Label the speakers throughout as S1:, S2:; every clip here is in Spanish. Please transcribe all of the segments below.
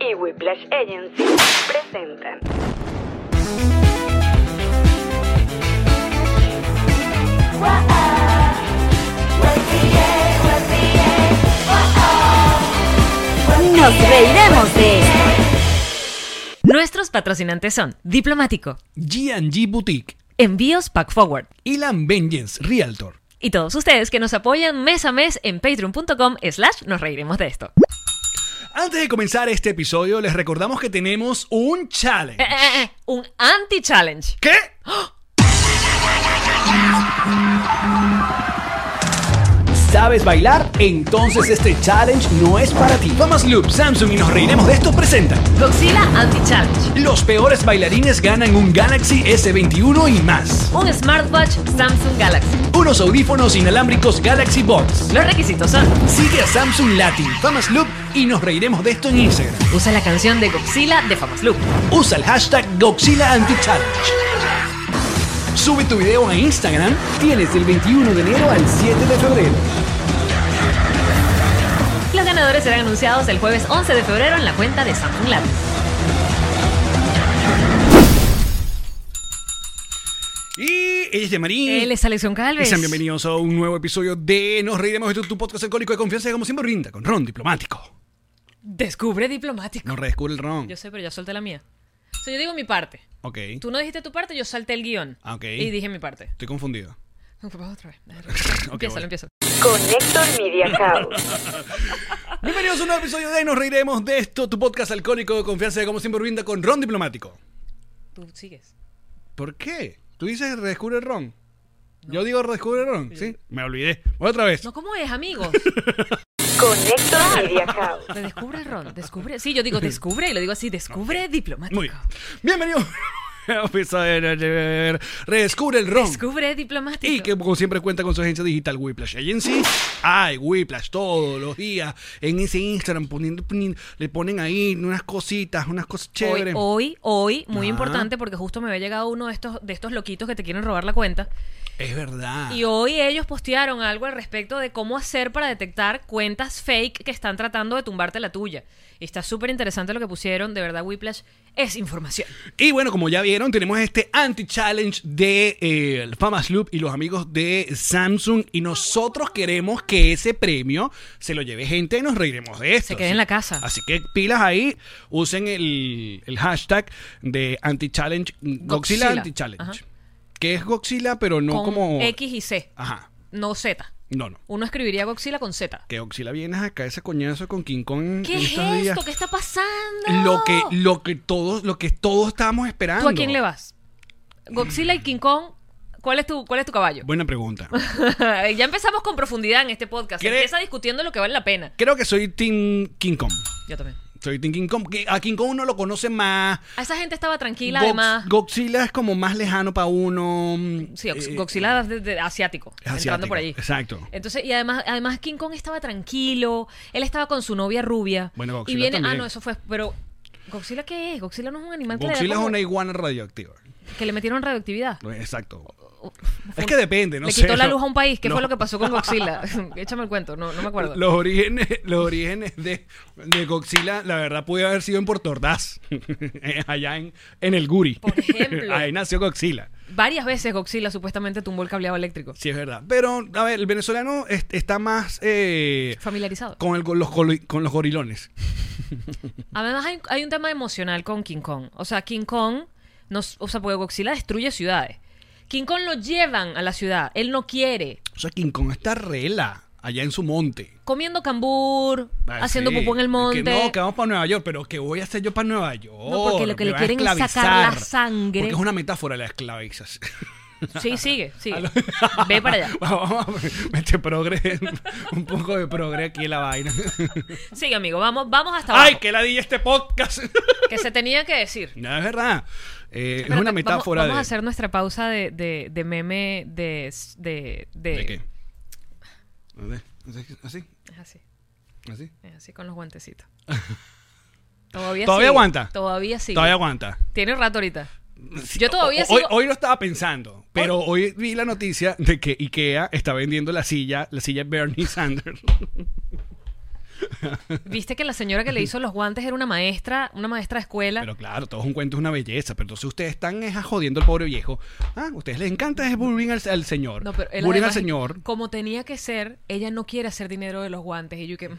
S1: y Whiplash Agency presentan
S2: Nos reiremos de Nuestros patrocinantes son Diplomático,
S3: G&G Boutique,
S2: Envíos Pack Forward
S3: Elan Vengeance Realtor,
S2: y todos ustedes que nos apoyan mes a mes en patreon.com slash nos reiremos de esto.
S3: Antes de comenzar este episodio, les recordamos que tenemos un challenge.
S2: Eh, eh, eh, un anti-challenge.
S3: ¿Qué?
S4: ¿Sabes bailar? Entonces este challenge no es para ti.
S3: Thomas Loop, Samsung y nos reiremos de esto presenta.
S2: Godzilla Anti-Challenge.
S3: Los peores bailarines ganan un Galaxy S21 y más.
S2: Un smartwatch Samsung Galaxy.
S3: Unos audífonos inalámbricos Galaxy Box.
S2: Los requisitos son
S3: Sigue a Samsung Latin, Thomas Loop y nos reiremos de esto en Instagram.
S2: Usa la canción de Godzilla de Famous Loop.
S3: Usa el hashtag Godzilla Anti-Challenge. Sube tu video a Instagram
S4: Tienes del 21 de enero al 7 de febrero.
S2: Los ganadores serán anunciados el jueves 11 de febrero en la cuenta de Samsung Latin.
S3: y ella es de Marín.
S2: Él es Alexion Calves.
S3: Y sean bienvenidos a un nuevo episodio de Nos Reiremos de tu, tu podcast alcohólico de confianza que como siempre brinda con Ron Diplomático.
S2: Descubre Diplomático.
S3: No redescubre el Ron.
S2: Yo sé, pero ya solté la mía. O sea, yo digo mi parte.
S3: Ok.
S2: Tú no dijiste tu parte, yo salté el guión.
S3: Ah, ok.
S2: Y dije mi parte.
S3: Estoy confundido.
S2: No, pues, otra vez.
S3: Ok,
S2: empiezo,
S3: bueno.
S2: empiezo.
S1: Connector Media House.
S3: Bienvenidos a un nuevo episodio de Nos Reiremos de esto, tu podcast alcohólico de confianza que como siempre brinda con Ron Diplomático.
S2: Tú sigues.
S3: ¿Por qué? Tú dices redescubre el Ron. Yo digo redescubre el Ron, ¿sí? Me olvidé. Voy otra vez.
S2: No, ¿cómo es, amigos?
S1: Connector Media House.
S2: Te descubre el ron, descubre. Sí, yo digo descubre y lo digo así, descubre diplomático.
S3: Muy bien. Bienvenidos a un episodio de Redescubre el Ron.
S2: Descubre diplomático.
S3: Y que como siempre cuenta con su agencia digital Whiplash Agency. Ay, Whiplash, todos los días en ese Instagram poniendo, poniendo- le ponen ahí unas cositas, unas cosas
S2: Hoy,
S3: chéveres.
S2: hoy, hoy, muy
S3: Ajá.
S2: importante porque justo me había llegado uno de estos, de estos loquitos que te quieren robar la cuenta.
S3: Es verdad.
S2: Y hoy ellos postearon algo al respecto de cómo hacer para detectar cuentas fake que están tratando de tumbarte la tuya. Y está súper interesante lo que pusieron. De verdad, Whiplash es información.
S3: Y bueno, como ya vieron, tenemos este anti-challenge de eh, el Famas Loop y los amigos de Samsung. Y nosotros queremos que ese premio se lo lleve gente y nos reiremos de esto.
S2: Se quede en la casa.
S3: Así que pilas ahí, usen el, el hashtag de anti-challenge, Godzilla
S2: Godzilla. Ajá.
S3: anti-challenge. Que es Godzilla, pero no
S2: con
S3: como.
S2: X y C,
S3: Ajá.
S2: no Z.
S3: No, no.
S2: Uno escribiría Godzilla con Z.
S3: Que Godzilla viene acá ese coñazo con King Kong en
S2: ¿Qué es
S3: estos
S2: esto?
S3: días.
S2: ¿Qué está pasando?
S3: Lo que, lo que todos, lo que todos estábamos esperando.
S2: ¿Tú a quién le vas? Godzilla y King Kong, ¿cuál es tu, cuál es tu caballo?
S3: Buena pregunta.
S2: ya empezamos con profundidad en este podcast. Se
S3: ¿Cree-
S2: Empieza discutiendo lo que vale la pena.
S3: Creo que soy Team King Kong.
S2: Yo también.
S3: Soy Team King Kong. Que A King Kong uno lo conoce más.
S2: A esa gente estaba tranquila,
S3: Gox-
S2: además.
S3: Godzilla es como más lejano para uno.
S2: Sí, Ox-
S3: Eh,
S2: Godzilla de- de- asiático,
S3: es asiático,
S2: entrando por Eh, allí.
S3: exacto.
S2: Entonces, y además, además King Kong estaba tranquilo, él estaba con su novia rubia.
S3: Bueno,
S2: y
S3: Godzilla
S2: viene, ah,
S3: también.
S2: no, eso fue, pero ¿Godzilla qué es? Godzilla no es un animal que le, da
S3: Godzilla es
S2: como-
S3: una iguana radioactiva.
S2: que le metieron radioactividad.
S3: Exacto.
S2: Fue
S3: Es
S2: un-
S3: que depende, Este, no
S2: le
S3: sé.
S2: quitó la
S3: lo-
S2: luz a un país. ¿Qué
S3: lo-
S2: fue lo que pasó con Godzilla? Échame el cuento, no, no me acuerdo.
S3: Los orígenes, los orígenes de, de Godzilla, la verdad, pudo haber sido en Puerto Ordaz. Allá en, en el Guri.
S2: Por ejemplo.
S3: Ahí nació Godzilla.
S2: Varias veces Godzilla supuestamente tumbó el cableado eléctrico.
S3: Sí, es verdad. Pero, a ver, el venezolano es- está más eh,
S2: Familiarizado.
S3: con, el- con los, goli- con los gorilones.
S2: Además, hay, hay un tema emocional con King Kong. O sea, King Kong, nos, o sea, porque Godzilla destruye ciudades. King Kong lo llevan a la ciudad. Él no quiere.
S3: O sea, King Kong está rela allá en su monte.
S2: Comiendo cambur,
S3: Ah,
S2: haciendo
S3: sí.
S2: pupú en el
S3: Que
S2: monte.
S3: no, que vamos para Nueva York, pero ¿qué voy a hacer yo para Nueva York?
S2: No, porque lo que
S3: Me
S2: le
S3: van a
S2: quieren es sacar
S3: esclavizar.
S2: la sangre.
S3: Porque es una metáfora la esclavización.
S2: Sí, sigue, sigue. Ve para allá.
S3: Vamos a meter progre, un poco de progre aquí en la vaina.
S2: Sigue, amigo. Vamos, vamos hasta abajo.
S3: ¡Ay, qué ladilla este podcast!
S2: Que se tenía que decir.
S3: no, es verdad. Eh, es
S2: Pero
S3: una
S2: te-
S3: metáfora
S2: vamos, vamos a
S3: de...
S2: hacer nuestra pausa de, de, de meme de... ¿De, de-
S3: ¿De qué? ¿Así? ¿Así?
S2: Es así,
S3: ¿Así?
S2: es así con los guantecitos. Todavía,
S3: ¿Todavía
S2: sigue,
S3: aguanta?
S2: Todavía sí.
S3: Todavía aguanta.
S2: Tiene rato ahorita.
S3: Sí,
S2: Yo todavía
S3: ho- hoy,
S2: sigo-
S3: hoy lo estaba pensando, pero hoy vi la noticia de que IKEA está vendiendo la silla, la silla Bernie Sanders.
S2: Viste que la señora que le hizo los guantes era una maestra, una maestra de escuela.
S3: Pero claro, todo es un cuento, es una belleza. Pero entonces ustedes están es, jodiendo al pobre viejo. Ah, a ustedes les encanta es bullying al, al señor.
S2: No, pero él
S3: bullying al
S2: además,
S3: señor.
S2: Como tenía que ser, ella no quiere hacer dinero de los guantes. Y yo que.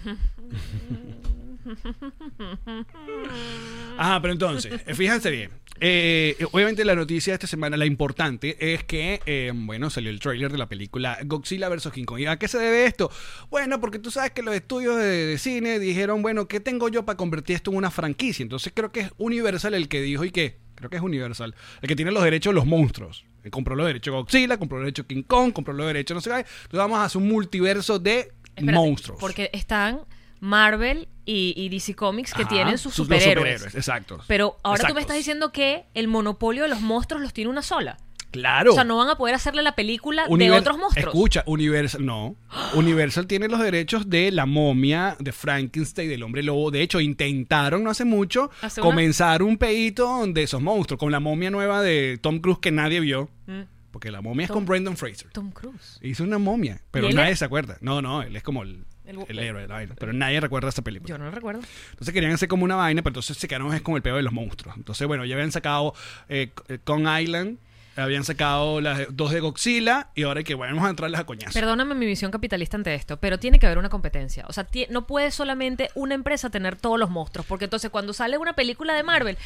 S3: Ajá, pero entonces, eh, fíjense bien. Eh, eh, obviamente la noticia de esta semana, la importante, es que, eh, bueno, salió el tráiler de la película Godzilla vs. King Kong. ¿Y a qué se debe esto? Bueno, porque tú sabes que los estudios de, de cine dijeron, bueno, ¿qué tengo yo para convertir esto en una franquicia? Entonces creo que es Universal el que dijo y que, creo que es Universal, el que tiene los derechos de los monstruos. Eh, Compró los derechos de Godzilla, compró los derechos de King Kong, compró los derechos de no sé qué. Entonces vamos a hacer un multiverso de
S2: Espérate,
S3: monstruos.
S2: Porque están Marvel y, y DC Comics que
S3: Ajá,
S2: tienen sus
S3: los
S2: superhéroes.
S3: exacto.
S2: Pero ahora tú me
S3: Exactos.
S2: estás diciendo que el monopolio de los monstruos los tiene una sola.
S3: Claro.
S2: O sea, no van a poder hacerle la película de
S3: Univer-
S2: otros monstruos.
S3: Escucha, Universal, no. Universal tiene los derechos de la momia, de Frankenstein, del hombre lobo. De hecho, intentaron no hace mucho
S2: Hace una-
S3: comenzar un peito de esos monstruos, con la momia nueva de Tom Cruise que nadie vio,
S2: Mm.
S3: porque la momia es
S2: Tom-
S3: con Brendan Fraser.
S2: Tom Cruise.
S3: Hizo una momia, pero
S2: ¿Y él
S3: nadie
S2: es?
S3: se acuerda. No, no, él es como el,
S2: El-
S3: el héroe de la vaina, pero nadie recuerda esa película.
S2: Yo no lo recuerdo.
S3: Entonces querían hacer como una vaina, pero entonces se quedaron es con el peor de los monstruos. Entonces, bueno, ya habían sacado eh, Con Island, habían sacado las dos de Godzilla y ahora hay que bueno, vamos a entrarlas a coñazo.
S2: Perdóname mi visión capitalista ante esto, pero tiene que haber una competencia. O sea, ti- no puede solamente una empresa tener todos los monstruos, porque entonces cuando sale una película de Marvel,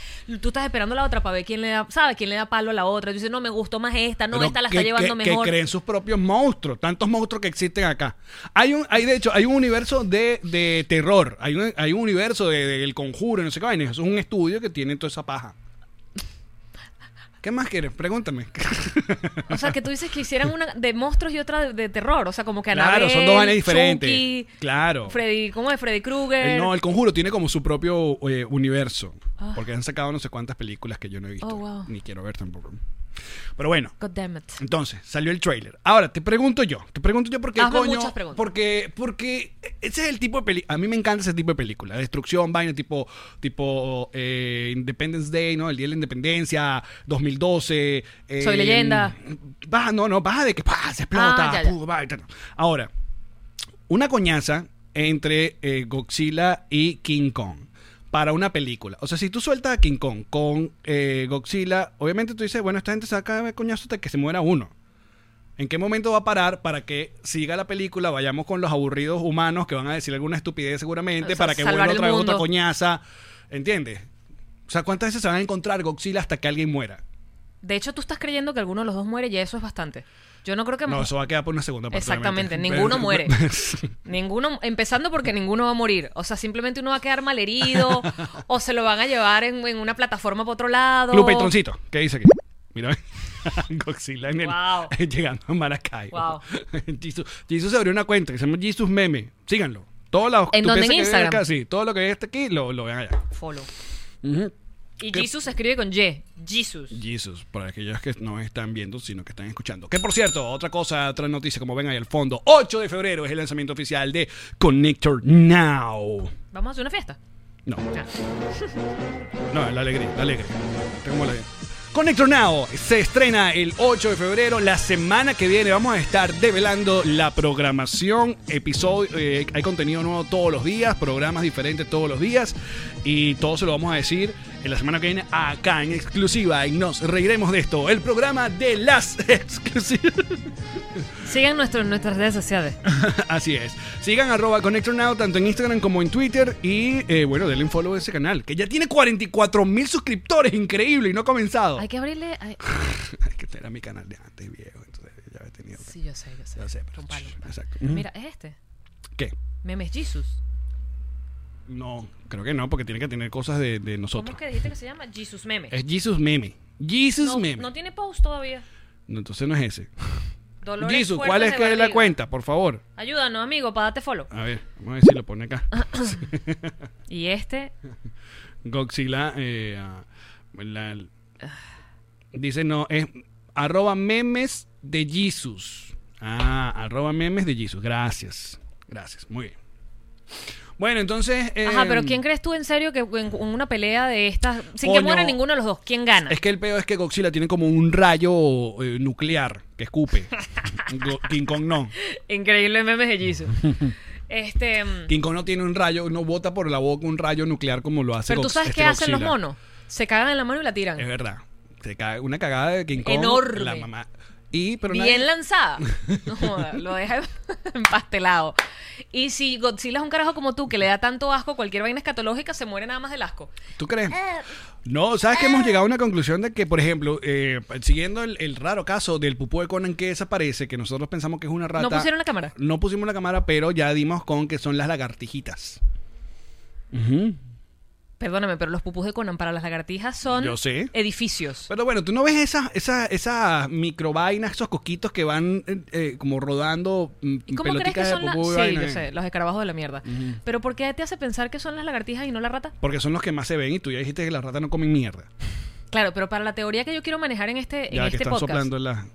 S2: tú estás esperando la otra para ver quién le da, ¿sabes? Quién le da palo a la otra. Y dices, no, me gustó más esta, no,
S3: Pero
S2: esta la
S3: que-
S2: está llevando
S3: que-
S2: mejor.
S3: Que creen sus propios monstruos, tantos monstruos que existen acá. Hay un, hay de hecho, hay un universo de, de terror, hay un, hay un universo de- del conjuro, no sé qué vaina. Eso es un estudio que tiene toda esa paja. ¿Qué más quieres? Pregúntame.
S2: O sea, que tú dices que hicieran una de monstruos y otra de, de terror. O sea, como que
S3: Claro, son
S2: Annabelle,
S3: dos vainas diferentes.
S2: Chucky,
S3: Claro.
S2: Freddy, ¿cómo es? Freddy Krueger.
S3: Eh, no, el conjuro tiene como su propio eh, universo. Porque han sacado no sé cuántas películas que yo no he visto.
S2: Ah. Oh, wow.
S3: Ni quiero ver tampoco. Pero bueno.
S2: God damn it.
S3: Entonces, salió el trailer. Ahora, te pregunto yo. Te pregunto yo porque,
S2: Hazme
S3: coño.
S2: muchas preguntas.
S3: Porque, porque ese es el tipo de película. A mí me encanta ese tipo de película. Destrucción, vaina, tipo, tipo eh, Independence Day, ¿no? El Día de la Independencia, 2012. eh,
S2: Soy leyenda.
S3: Baja, no, no, baja de que pa, se explota.
S2: Ah, ya, ya.
S3: pu, va, y tal. Ahora, una coñaza entre eh, Godzilla y King Kong para una película. O sea, si tú sueltas a King Kong con eh, Godzilla, obviamente tú dices, bueno, esta gente saca de coñazo hasta que se muera uno. ¿En qué momento va a parar para que siga la película? Vayamos con los aburridos humanos que van a decir alguna estupidez seguramente
S2: O sea,
S3: para que
S2: salvar
S3: vuelva
S2: el
S3: otra vez
S2: mundo.
S3: otra coñaza. ¿Entiendes? O sea, ¿cuántas veces se van a encontrar Godzilla hasta que alguien muera?
S2: De hecho, tú estás creyendo que alguno de los dos muere y eso es bastante. Yo no creo que
S3: No, eso va a quedar por una segunda parte.
S2: Exactamente,
S3: obviamente.
S2: ninguno muere. Ninguno, empezando porque ninguno va a morir. O sea, simplemente uno va a quedar malherido o se lo van a llevar en, en una plataforma para otro lado.
S3: Club Patroncito, ¿qué dice aquí? Mira, Godzilla en el-
S2: Wow.
S3: llegando a Maracay.
S2: Wow.
S3: Jesus, Jesus abrió una cuenta que se llama Jesus Meme. Síganlo. Todo lo,
S2: ¿En dónde? ¿En Instagram?
S3: Acá, sí, todo lo que está aquí lo, lo vean allá.
S2: Follow.
S3: Ujú.
S2: Y
S3: ¿Qué?
S2: Jesus se escribe con Y. Jesus.
S3: Jesus, para aquellos que no están viendo, sino que están escuchando. Que por cierto, otra cosa, otra noticia, como ven ahí al fondo, 8 de febrero es el lanzamiento oficial de Connector Now.
S2: Vamos a hacer una fiesta.
S3: No.
S2: Ah.
S3: No, la alegría, la alegría. Tengo la alegría. Connector Now se estrena el 8 de febrero. La semana que viene vamos a estar develando la programación. Episodio, eh, hay contenido nuevo todos los días, programas diferentes todos los días. Y todo se lo vamos a decir en la semana que viene acá en exclusiva. Y nos reiremos de esto. El programa de las exclusivas.
S2: Sigan nuestro, nuestras redes sociales.
S3: Así es. Sigan arroba Connector Now tanto en Instagram como en Twitter. Y eh, bueno, denle un follow a ese canal, que ya tiene 44 mil suscriptores. Increíble y no ha comenzado.
S2: Hay que abrirle. ay,
S3: Es que este era mi canal de antes, viejo. Entonces ya había tenido.
S2: Sí, yo sé, yo sé.
S3: Ya sé, pero-
S2: Un palo, un palo.
S3: Exacto.
S2: Mira, es este.
S3: ¿Qué?
S2: Memes Jesus.
S3: No, creo que no, porque tiene que tener cosas de, de
S2: ¿Cómo
S3: nosotros.
S2: que dijiste que se llama? Jesus Meme.
S3: Es Jesus Meme. Jesus
S2: no,
S3: Meme.
S2: no tiene post todavía.
S3: No, entonces no es ese.
S2: Dolores
S3: Jisoo,
S2: fuertes
S3: ¿cuál es
S2: de
S3: que es la
S2: barriga.
S3: cuenta? Por favor.
S2: Ayúdanos, amigo, para darte follow.
S3: A ver, vamos a ver si lo pone acá.
S2: Y este,
S3: Godzilla. eh, ah, la- dice, no, es arroba memes de Jesus. Ah, arroba memes de Jesus. Gracias. Gracias. Muy bien. Bueno, entonces...
S2: Ajá, pero
S3: em,
S2: ¿quién crees tú en serio que en en una pelea de estas, sin
S3: Coño.
S2: que muera ninguno de los dos, quién gana?
S3: Es que el peor es que Godzilla tiene como un rayo eh, nuclear que escupe. Go- King Kong no.
S2: Increíble memes de Jisoo. este, mm,
S3: King Kong no tiene un rayo, no bota por la boca un rayo nuclear como lo hace
S2: pero tú
S3: Gox-
S2: sabes
S3: este
S2: qué hacen los
S3: Godzilla.
S2: monos. Se cagan en la mano y la tiran.
S3: Es verdad. Se cae una cagada de King Kong.
S2: Enorme.
S3: La mamá. Y, pero
S2: Bien
S3: nadie-
S2: lanzada. No joda, lo deja empastelado. Y si Godzilla es un carajo como tú que le da tanto asco cualquier vaina escatológica, se muere nada más del asco.
S3: ¿Tú crees? No, ¿sabes que hemos llegado a una conclusión de que, por ejemplo, eh, siguiendo el, el raro caso del pupú de Conan que desaparece, que nosotros pensamos que es una rata.
S2: No pusieron la cámara.
S3: No pusimos la cámara, pero ya dimos con que son las lagartijitas.
S2: Perdóname, pero los pupús de Conan para las lagartijas son
S3: Yo sé.
S2: edificios.
S3: Pero bueno, tú no ves esas, esas, esas microvainas, esos cosquitos que van eh, eh, como rodando. mm,
S2: ¿Y cómo crees
S3: pelotitas
S2: que
S3: de
S2: son las.?
S3: popó y
S2: Sí,
S3: vaina?
S2: yo sé, los escarabajos de la mierda. Pero ¿por qué te hace pensar que son las lagartijas y no la rata?
S3: Porque son los que más se ven y tú ya dijiste que las ratas no comen mierda.
S2: Claro, pero para la teoría que yo quiero manejar en este, en
S3: ya que
S2: este
S3: están
S2: podcast.
S3: soplando las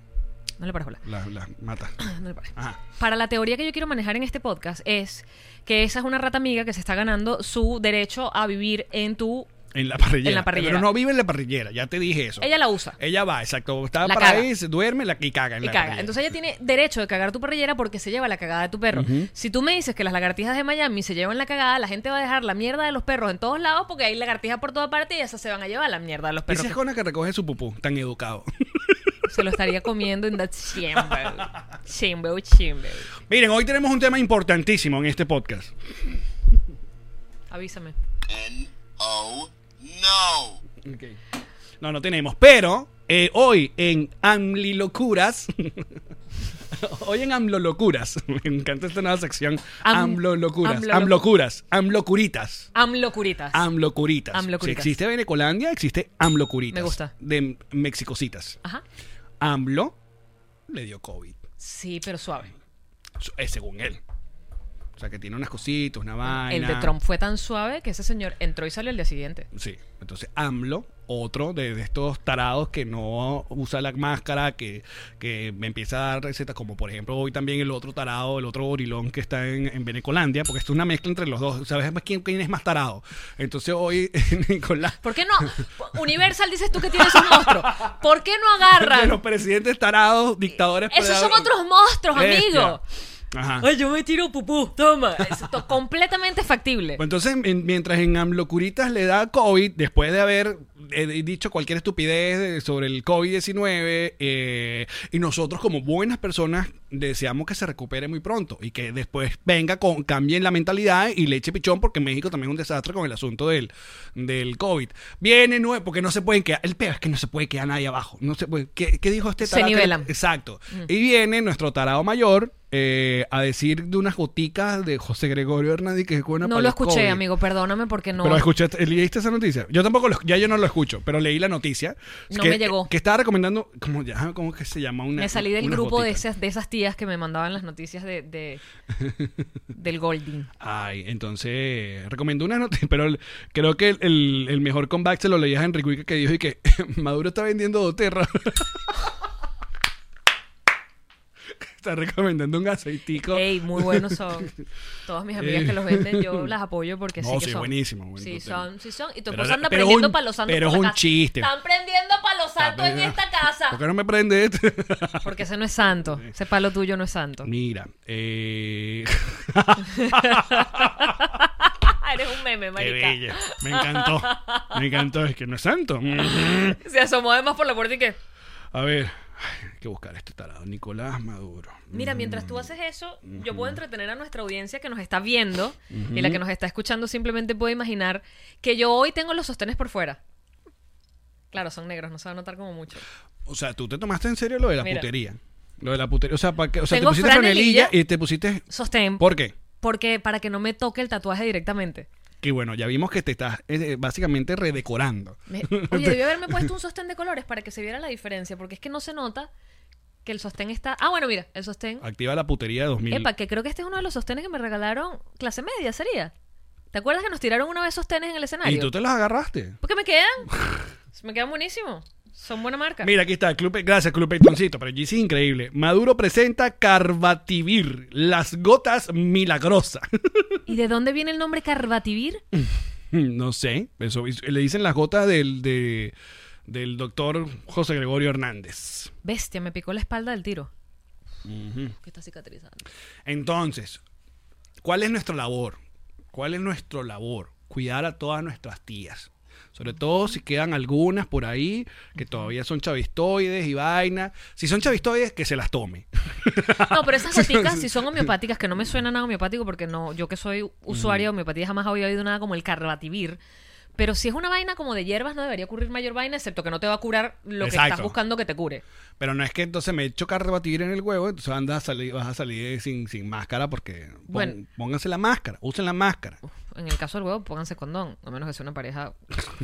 S2: No le pares bola. Ah,
S3: las- las matas.
S2: No le pares.
S3: Ajá.
S2: Para la teoría que yo quiero manejar en este podcast es que esa es una rata amiga que se está ganando su derecho a vivir en tu.
S3: En la parrillera.
S2: En la parrillera.
S3: Pero no vive en la parrillera, ya te dije eso.
S2: Ella la usa.
S3: Ella va, exacto. Está
S2: La
S3: para
S2: caga.
S3: ahí, se duerme la, y caga en
S2: Y
S3: la
S2: caga.
S3: parrillera.
S2: Entonces ella tiene derecho de cagar tu parrillera porque se lleva la cagada de tu perro. Si tú me dices que las lagartijas de Miami se llevan la cagada, la gente va a dejar la mierda de los perros en todos lados porque hay lagartijas por toda parte y esas se van a llevar la mierda de los perros.
S3: Ese es Conan que recoge su pupú, tan educado.
S2: Se lo estaría comiendo en that chimbo. Chimbo, chimbo.
S3: Miren, hoy tenemos un tema importantísimo en este podcast.
S2: Avísame.
S5: Oh no!
S3: No, no tenemos. Pero eh, hoy en AMLI Locuras. hoy en AMLO Locuras. Me encanta esta nueva sección.
S2: Am-
S3: AMLO Locuras.
S2: AMLO-
S3: AMLO Locuras. AMLO Curitas.
S2: Amlocuritas.
S3: AMLO Curitas.
S2: AMLO
S3: Si
S2: Curitas.
S3: existe Venecolandia, existe AMLO Curitas.
S2: Me gusta.
S3: De Mexicositas.
S2: Ajá.
S3: AMLO le dio COVID.
S2: Sí, pero suave.
S3: Su- eh, según él. O sea, que tiene unas cositas, una vaina.
S2: El de Trump fue tan suave que ese señor entró y salió el día siguiente.
S3: Sí. Entonces, AMLO, otro de, de estos tarados que no usa la máscara, que, que me empieza a dar recetas, como por ejemplo hoy también el otro tarado, el otro gorilón que está en, en Venecolandia, porque esto es una mezcla entre los dos. ¿Sabes más quién, quién es más tarado? Entonces, hoy, Nicolás.
S2: ¿Por qué no? Universal dices tú que tienes un monstruo. ¿Por qué no
S3: De los
S2: agarran?
S3: presidentes tarados, dictadores.
S2: Eh, Esos son
S3: predados-
S2: otros monstruos,
S3: Bestia. Ah.
S2: amigo.
S3: Ajá.
S2: Ay, yo me tiro pupú. Toma. Es to- completamente factible.
S3: Bueno, Pues entonces, en- mientras en Amlocuritas le da COVID, después de haber eh, dicho cualquier estupidez de- sobre el COVID-19, eh, y nosotros como buenas personas deseamos que se recupere muy pronto y que después venga con, cambien la mentalidad y le eche pichón, porque México también es un desastre con el asunto del, del COVID. Viene nuevo, porque no se pueden quedar, el peor es que no se puede quedar nadie abajo. No se puede, ¿qué, qué dijo este
S2: Se
S3: tarado?
S2: nivelan. Mm.
S3: Exacto. Y viene nuestro tarado mayor. eh, a decir de unas goticas de José Gregorio Hernández que es una
S2: No
S3: para
S2: lo
S3: el
S2: escuché,
S3: COVID.
S2: amigo. Perdóname porque no.
S3: Pero escuchaste, eh, ¿leíste esa noticia? Yo tampoco, lo, ya yo no lo escucho, pero leí la noticia.
S2: No
S3: que,
S2: me llegó.
S3: Que estaba recomendando, como ya, ¿cómo que se llama? Una,
S2: Me salí del
S3: unas
S2: grupo de
S3: gotitas.
S2: esas, de esas tías que me mandaban las noticias de, de- del Golding.
S3: Ay, entonces, recomendó una noticia, pero el- creo que el, el- el mejor comeback se lo leías a Enrique Iglesias, que dijo y que Maduro está vendiendo doterra. está recomendando un aceitico.
S2: Ey, muy buenos son. Todas mis amigas que los venden, yo las apoyo porque
S3: No,
S2: sí que
S3: sí,
S2: son.
S3: buenísimo, bueno,
S2: sí,
S3: tú te-
S2: son, sí son. Y tu
S3: Pero-
S2: esposa anda
S3: pero es
S2: prendiendo
S3: un-
S2: palo santo.
S3: pero
S2: por
S3: es
S2: la
S3: un
S2: casa.
S3: chiste.
S2: Están prendiendo palo santo en esta casa.
S3: ¿Por qué no me prende este?
S2: Porque ese no es santo. Ese palo tuyo no es santo.
S3: Mira, eh...
S2: Eres un meme,
S3: Qué
S2: marica.
S3: bella. Me encantó. Me encantó. Es que no es santo. Mhm.
S2: Se asomó además por la puerta y que...
S3: A ver, ay, hay que buscar a este tarado. Nicolás Maduro. Mm.
S2: Mira, mientras tú haces eso, yo puedo entretener a nuestra audiencia que nos está viendo y la que nos está escuchando simplemente puede imaginar que yo hoy tengo los sostenes por fuera. Claro, son negros, no se va a notar como mucho.
S3: O sea, tú te tomaste en serio lo de la
S2: Mira.
S3: putería. Lo de la putería. O sea, ¿para qué? O sea te
S2: Tengo
S3: pusiste
S2: franelilla.
S3: franelilla y te pusiste.
S2: Sostén.
S3: ¿Por qué?
S2: Porque para que no me toque el tatuaje directamente.
S3: Que bueno, ya vimos que te estás eh, básicamente redecorando.
S2: Me- oye, debí haberme puesto un sostén de colores para que se viera la diferencia, porque es que no se nota Que el sostén está. Ah, bueno, mira, el sostén.
S3: Activa la putería de 2000.
S2: Epa, que creo que este es uno de los sostenes que me regalaron clase media, sería. ¿Te acuerdas que nos tiraron una vez sostenes en el escenario?
S3: y tú te las agarraste.
S2: Porque me quedan. me quedan buenísimos. Son buena marca.
S3: Mira, aquí está, Club, E, gracias Club Peytoncito, pero GC increíble. Maduro presenta Carbativir, las gotas milagrosas.
S2: ¿Y de dónde viene el nombre Carbativir?
S3: Mm, no sé, eso le dicen las gotas del, de- del doctor José Gregorio Hernández.
S2: Bestia, me picó la espalda del tiro. Que está cicatrizando.
S3: Entonces, ¿cuál es nuestra labor? ¿Cuál es nuestra labor? Cuidar a todas nuestras tías. Sobre todo si quedan algunas por ahí que todavía son chavistoides y vainas. Si son chavistoides, que se las tome.
S2: No, pero esas goticas, si son homeopáticas, que no me suena nada homeopático porque no, yo que soy usuaria de homeopatía jamás había oído nada como el carbativir. Pero si es una vaina como de hierbas, no debería ocurrir mayor vaina, excepto que no te va a curar lo que
S3: Exacto.
S2: estás buscando que te cure.
S3: Pero no es que entonces me echo carbativir en el huevo, entonces anda a salir, vas a salir sin, sin máscara porque pon-
S2: Bueno.
S3: pónganse la máscara, usen la máscara.
S2: En el caso del huevo, pónganse condón, a menos que sea una pareja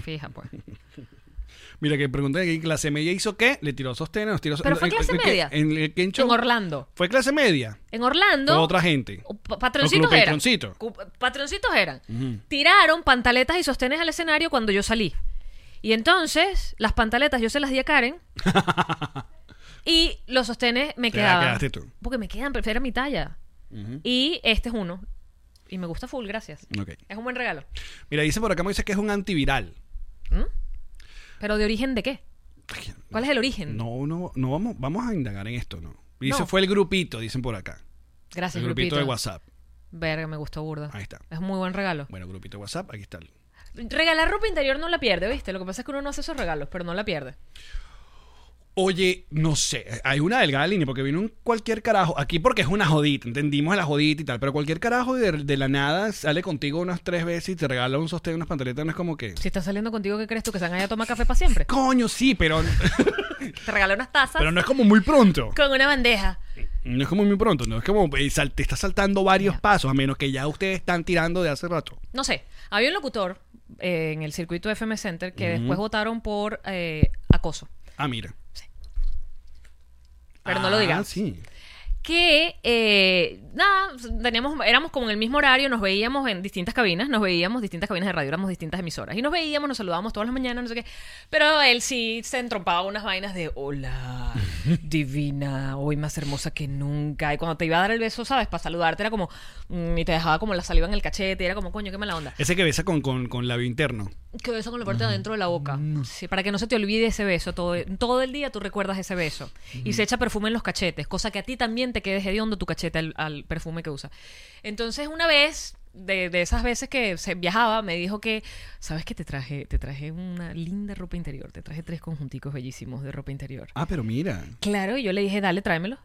S2: fija, pues.
S3: Mira que pregunté que clase media hizo qué, le tiró sostén, nos tiró
S2: Pero fue
S3: en-
S2: clase
S3: en- en-
S2: media.
S3: En, el que en show-
S2: En Orlando.
S3: Fue clase media.
S2: En
S3: Fue
S2: Orlando.
S3: otra gente.
S2: o pa- Patroncitos
S3: O club
S2: eran.
S3: patroncito.
S2: Cu- Patroncitos eran. Tiraron pantaletas y sostenes al escenario cuando yo salí. Y entonces, las pantaletas yo se las di a Karen. y los sostenes me
S3: Te la
S2: quedaban.
S3: quedaste tú.
S2: Porque me quedan, pero era mi talla. Y este es uno. Y me gusta full, gracias.
S3: Ok.
S2: Es un buen regalo.
S3: Mira, dice por acá me dice que es un antiviral.
S2: Pero de origen de qué? ¿Cuál es el origen?
S3: No, no, no vamos, vamos a indagar en esto, ¿no? Dice,
S2: No.
S3: fue el grupito, dicen por acá.
S2: Gracias,
S3: el grupito, de WhatsApp.
S2: Verga, me gustó burda.
S3: Ahí está.
S2: Es muy buen regalo.
S3: Bueno, grupito de WhatsApp, aquí está.
S2: Regalar ropa interior no la pierde, ¿viste? Lo que pasa es que uno no hace esos regalos, pero no la pierde.
S3: Oye, no sé, hay una delgada línea porque vino un cualquier carajo, aquí porque es una jodita, entendimos la jodita y tal, pero cualquier carajo de, de la nada sale contigo unas tres veces y te regala un sostén, unas pantaletas, no es como que...
S2: Si estás saliendo contigo, ¿qué crees tú? Que se van allá a tomar café para siempre.
S3: Coño, sí, pero,
S2: Te regalé unas tazas
S3: pero no es como muy pronto.
S2: con una bandeja.
S3: No es como muy pronto, no es como... eh, sal- te estás saltando varios pasos, a menos que ya ustedes están tirando de hace rato.
S2: No sé, había un locutor eh, en el circuito FM Center que después votaron por eh, acoso.
S3: Ah, mira.
S2: Pero no lo
S3: Ah,
S2: digas.
S3: sí.
S2: Que, eh, nada, teníamos, éramos como en el mismo horario, nos veíamos en distintas cabinas, nos veíamos distintas cabinas de radio, éramos distintas emisoras. Y nos veíamos, nos saludábamos todas las mañanas, no sé qué. Pero él sí se entrompaba unas vainas de, hola, divina, hoy más hermosa que nunca. Y cuando te iba a dar el beso, ¿sabes? Para saludarte era como, mm, y te dejaba como la saliva en el cachete, era como, coño, qué mala onda.
S3: Ese que besa con, con, con labio interno.
S2: Que beso con la parte de adentro de la boca. Sí, para que no se te olvide ese beso. Todo, todo el día tú recuerdas ese beso. Y se echa perfume en los cachetes, cosa que a ti también te quede hediondo tu cachete al, al perfume que usa. Entonces, una vez, de, de esas veces que se viajaba, me dijo que, ¿sabes que Te traje, te traje una linda ropa interior. Te traje tres conjunticos bellísimos de ropa interior.
S3: Ah, pero mira.
S2: Claro, y yo le dije, dale, tráemelo.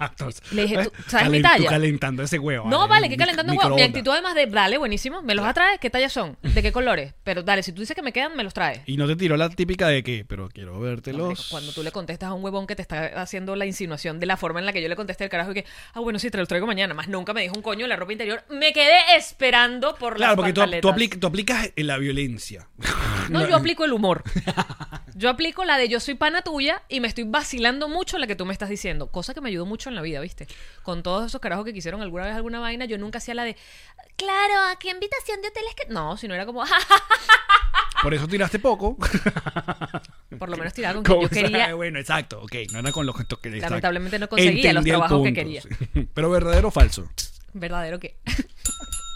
S3: Entonces,
S2: Le dije,
S3: ¿eh?
S2: ¿tú sabes mi
S3: Calen-
S2: talla?
S3: tú calentando ese huevo.
S2: No, vale, que
S3: mi-
S2: calentando huevo. Mi
S3: microondas.
S2: actitud además de, dale, buenísimo, me los atraes, ¿qué tallas son? ¿De qué colores? Pero dale, si tú dices que me quedan, me los traes.
S3: Y no te tiró la típica de que, pero quiero
S2: No,
S3: vértelos.
S2: marico, Cuando tú le contestas a un huevón que te está haciendo la insinuación de la forma en la que yo le contesté el carajo y que, ah, bueno, sí, te lo traigo mañana, más nunca me dijo un coño de la ropa interior, me quedé esperando por
S3: Claro,
S2: las
S3: porque tú,
S2: pantaletas.
S3: tú apli- tú aplicas la violencia.
S2: No, yo aplico el humor. Yo aplico la de yo soy pana tuya y me estoy vacilando mucho la que tú me estás diciendo, cosa que me ayudó mucho en la vida, ¿viste? Con todos esos carajos que quisieron alguna vez alguna vaina, yo nunca hacía la de, claro, ¿a qué invitación de hotel es que...? No, sino era como, "Ja, ja,
S3: Por eso tiraste poco.
S2: ja". por lo menos tiraba con que
S3: Como,
S2: yo
S3: o sea,
S2: quería...
S3: Ah, bueno, exacto, ok. No era con los gestos que exacto.
S2: Lamentablemente no conseguía los
S3: Entendí el
S2: trabajos que
S3: punto,
S2: quería.
S3: sí. Pero verdadero o falso.
S2: ¿Verdadero qué?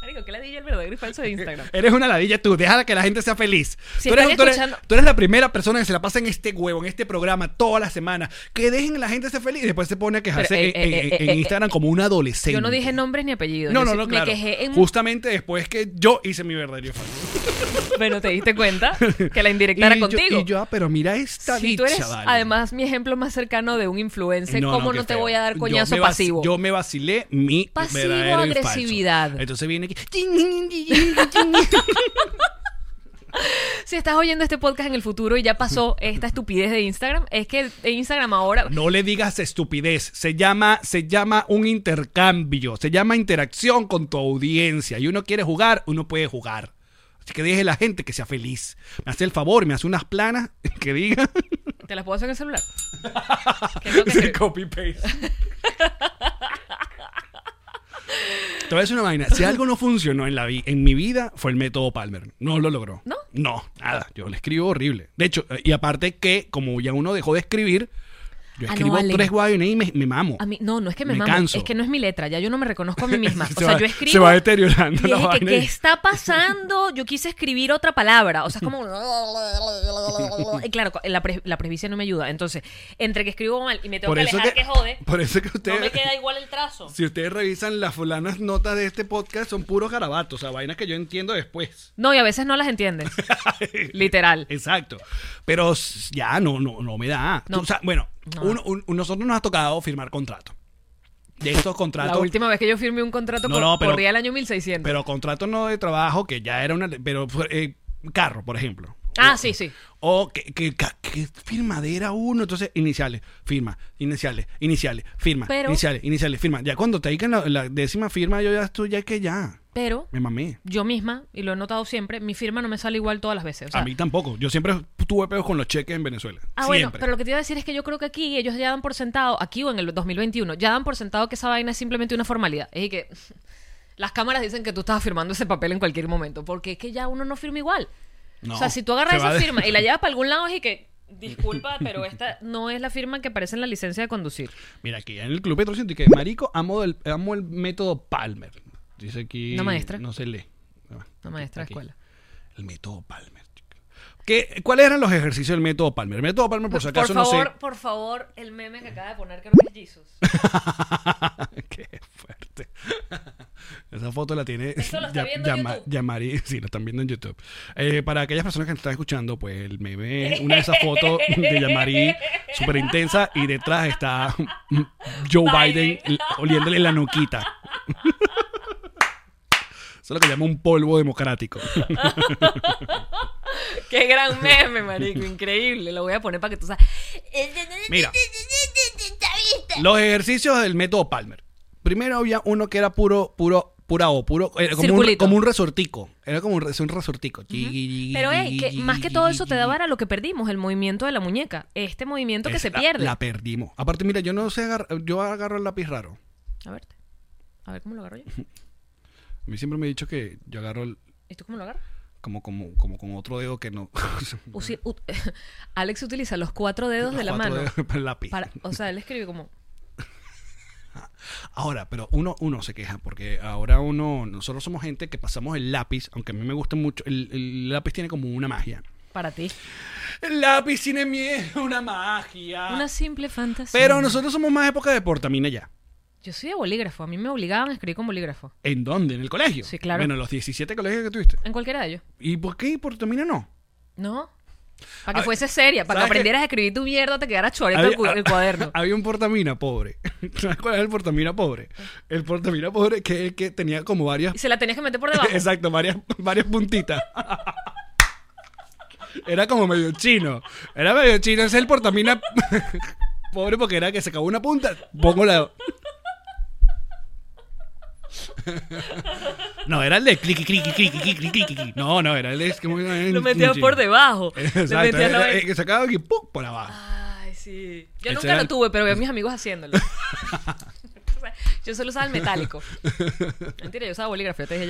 S2: Marico, ¿qué le dije el verdadero y falso de Instagram?
S3: Eres una ladilla tú, déjala que la gente sea feliz.
S2: Si
S3: tú, eres,
S2: están
S3: tú eres-
S2: escuchando-
S3: tú eres la primera persona que se la pasa en este huevo, en este programa, todas las semanas. Que dejen a la gente ser feliz y después se pone a quejarse
S2: Pero, eh,
S3: en,
S2: eh,
S3: en-
S2: eh,
S3: en
S2: eh,
S3: Instagram como un adolescente.
S2: Yo no dije nombres ni apellidos.
S3: No,
S2: Yo
S3: no,
S2: sí-
S3: no,
S2: me
S3: claro.
S2: quejé en...
S3: Justamente después que yo hice mi verdadero y falso.
S2: Bueno, te diste cuenta que la indirecta era
S3: Y yo-
S2: contigo.
S3: y yo, ah, pero mira esta
S2: si
S3: bicha,
S2: tú eres,
S3: vale.
S2: además, mi ejemplo más cercano de un influencer,
S3: No,
S2: ¿cómo
S3: qué
S2: no, te
S3: feo.
S2: voy a dar
S3: Yo
S2: coñazo
S3: me vac-
S2: pasivo?
S3: Yo me vacilé mi
S2: Pasivo
S3: verdadero y falso.
S2: agresividad.
S3: Entonces viene aquí.
S2: Si estás oyendo este podcast en el futuro y ya pasó esta estupidez de Instagram, es que en Instagram ahora...
S3: No le digas estupidez. Se llama, se llama un intercambio. Se llama interacción con tu audiencia. Y uno quiere jugar, uno puede jugar. Así que deje a la gente que sea feliz. Me hace el favor, me hace unas planas que diga.
S2: Te las puedo hacer en el celular. ¿Qué es lo que
S3: Es el
S2: creo?
S3: copy paste. Te voy a decir una vaina. Si algo no funcionó en, la vi- en mi vida, fue el método Palmer. No lo logró.
S2: ¿No?
S3: No, nada. Yo le escribo horrible. De hecho, eh, y aparte que, como ya uno dejó de escribir, yo
S2: Ah, no,
S3: escribo
S2: vale.
S3: tres guayones y me, me mamo.
S2: A mí, no, no es que me,
S3: Me
S2: mamo,
S3: canso.
S2: es que no es mi letra, ya yo no me reconozco a mí misma.
S3: Se
S2: O sea,
S3: va-
S2: yo escribo.
S3: se va deteriorando
S2: y
S3: la
S2: dije que,
S3: vaina.
S2: ¿Qué está pasando? Yo quise escribir otra palabra. O sea, es como. Y claro, la, pre- la presbicia no me ayuda. Entonces, entre que escribo mal y me tengo
S3: Por
S2: que
S3: eso
S2: alejar
S3: que,
S2: que, jode,
S3: por eso que ustedes,
S2: no me queda igual el trazo.
S3: si ustedes revisan las fulanas notas de este podcast, son puros garabatos, o sea, vainas que yo entiendo después.
S2: No, y a veces no las entiendes. Literal.
S3: Exacto. Pero s- ya no, no, no me da.
S2: No.
S3: Tú, o sea, bueno,
S2: No.
S3: uno- un- nosotros nos ha tocado firmar contratos. De estos contratos.
S2: La última vez que yo firmé un contrato
S3: No,
S2: cor-
S3: no, pero-
S2: corría el año 1600.
S3: Pero contratos no de trabajo, que ya era una. Pero eh, carro, por ejemplo.
S2: ah, sí, sí.
S3: O que, que, ca- que firmadera uno. Entonces, iniciales, firma, iniciales, iniciales, firma,
S2: Pero-
S3: iniciales, iniciales, firma. Ya cuando te digan la, la décima firma, yo ya estoy, ya que ya.
S2: Pero
S3: Me mamé.
S2: yo misma, y lo he notado siempre, mi firma no me sale igual todas las veces. O sea,
S3: a mí tampoco. Yo siempre tuve peos con los cheques en Venezuela.
S2: Ah,
S3: siempre.
S2: bueno, pero lo que te iba a decir es que yo creo que aquí ellos ya dan por sentado, aquí o en el 2021, ya dan por sentado que esa vaina es simplemente una formalidad. Es que las cámaras dicen que tú estás firmando ese papel en cualquier momento, porque es que ya uno no firma igual.
S3: No,
S2: o sea, si tú
S3: se
S2: agarras
S3: va
S2: esa
S3: de-
S2: firma y la llevas para algún lado, es y que, disculpa, pero esta no es la firma que aparece en la licencia de conducir.
S3: Mira, aquí en el Club Petrocentro y que Marico, amo el, amo el método Palmer. Dice aquí.
S2: Una maestra.
S3: No se lee. Ah,
S2: Una maestra de
S3: aquí.
S2: escuela.
S3: El método Palmer. chica. ¿Qué, ¿Cuáles eran los ejercicios del método Palmer? El método Palmer, por si acaso,
S2: por favor,
S3: no sé.
S2: por favor, el meme que acaba de poner creo que es Jesus.
S3: Qué fuerte. Esa foto la tiene.
S2: Eso lo está viendo YouTube.
S3: Yamari. Sí, la están viendo en YouTube. Eh, para aquellas personas que nos están escuchando, pues el meme, una de esas fotos de Yamari súper intensa y detrás está Joe Biden,
S2: Biden.
S3: oliéndole la nuquita. Eso es lo que llama un polvo democrático.
S2: Qué gran meme, marico, increíble. Lo voy a poner para que tú sabes.
S3: Mira. Los ejercicios del método Palmer. Primero había uno que era puro, puro, pura O, puro, era como, un,
S2: Circulito.
S3: como un resortico. Era como un, res- un resortico. Yigui,
S2: Pero
S3: yigui,
S2: es que
S3: yigui,
S2: más que todo eso te
S3: yigui,
S2: daba era lo que perdimos, el movimiento de la muñeca. Este movimiento que
S3: Es-
S2: se
S3: la-
S2: pierde.
S3: La, perdimos. Aparte, mira, yo no sé agarrar, yo agarro el lápiz raro.
S2: A ver. A ver cómo lo agarro yo.
S3: A mí siempre me he dicho que yo agarro el-
S2: ¿Y tú cómo lo agarras?
S3: como, como, como con otro dedo que no.
S2: Usi- ut- Alex utiliza los cuatro dedos de la
S3: Cuatro
S2: mano.
S3: dedos para el lápiz.
S2: para- o sea, él escribe como.
S3: Ahora, pero uno, uno se queja porque ahora uno, nosotros somos gente que pasamos el lápiz, aunque a mí me gusta mucho, el- el lápiz tiene como una magia.
S2: Para ti.
S3: El lápiz tiene miedo, una magia.
S2: Una simple fantasía.
S3: Ah. Pero nosotros somos más época de portamina ya.
S2: Yo soy de bolígrafo. A mí me obligaban a escribir con bolígrafo.
S3: ¿En dónde? ¿En el colegio?
S2: Sí, claro.
S3: Bueno, los 17 colegios que tuviste.
S2: En cualquiera de ellos.
S3: ¿Y por qué portamina no?
S2: ¿No? Para que
S3: A ver,
S2: fuese seria, para que
S3: ¿sabes qué?
S2: aprendieras a escribir tu mierda, te quedara chorito el, cu- el cuaderno.
S3: había un portamina pobre. ¿Sabes cuál es el portamina pobre? El portamina pobre que es el que tenía como varias...
S2: Y se la tenías que meter por debajo.
S3: Exacto, varias, varias puntitas. Era como medio chino. Era medio chino. Ese es el portamina pobre porque era que se acabó una punta. Pongo la. No, era el de cliqui, cliqui, cliqui, cliqui, cliqui, cliqui. No, no, era el de. es que muy-
S2: Lo metías por debajo. Le
S3: Exacto.
S2: metías la
S3: era-
S2: vaina.
S3: eh, que se acaba aquí, ¡pum! por abajo.
S2: Ay, sí. Yo
S3: Ese
S2: nunca
S3: era
S2: lo
S3: el-
S2: tuve, pero veo a mis amigos haciéndolo. O sea, yo solo usaba el metálico. Mentira, yo usaba bolígrafo, ya te dije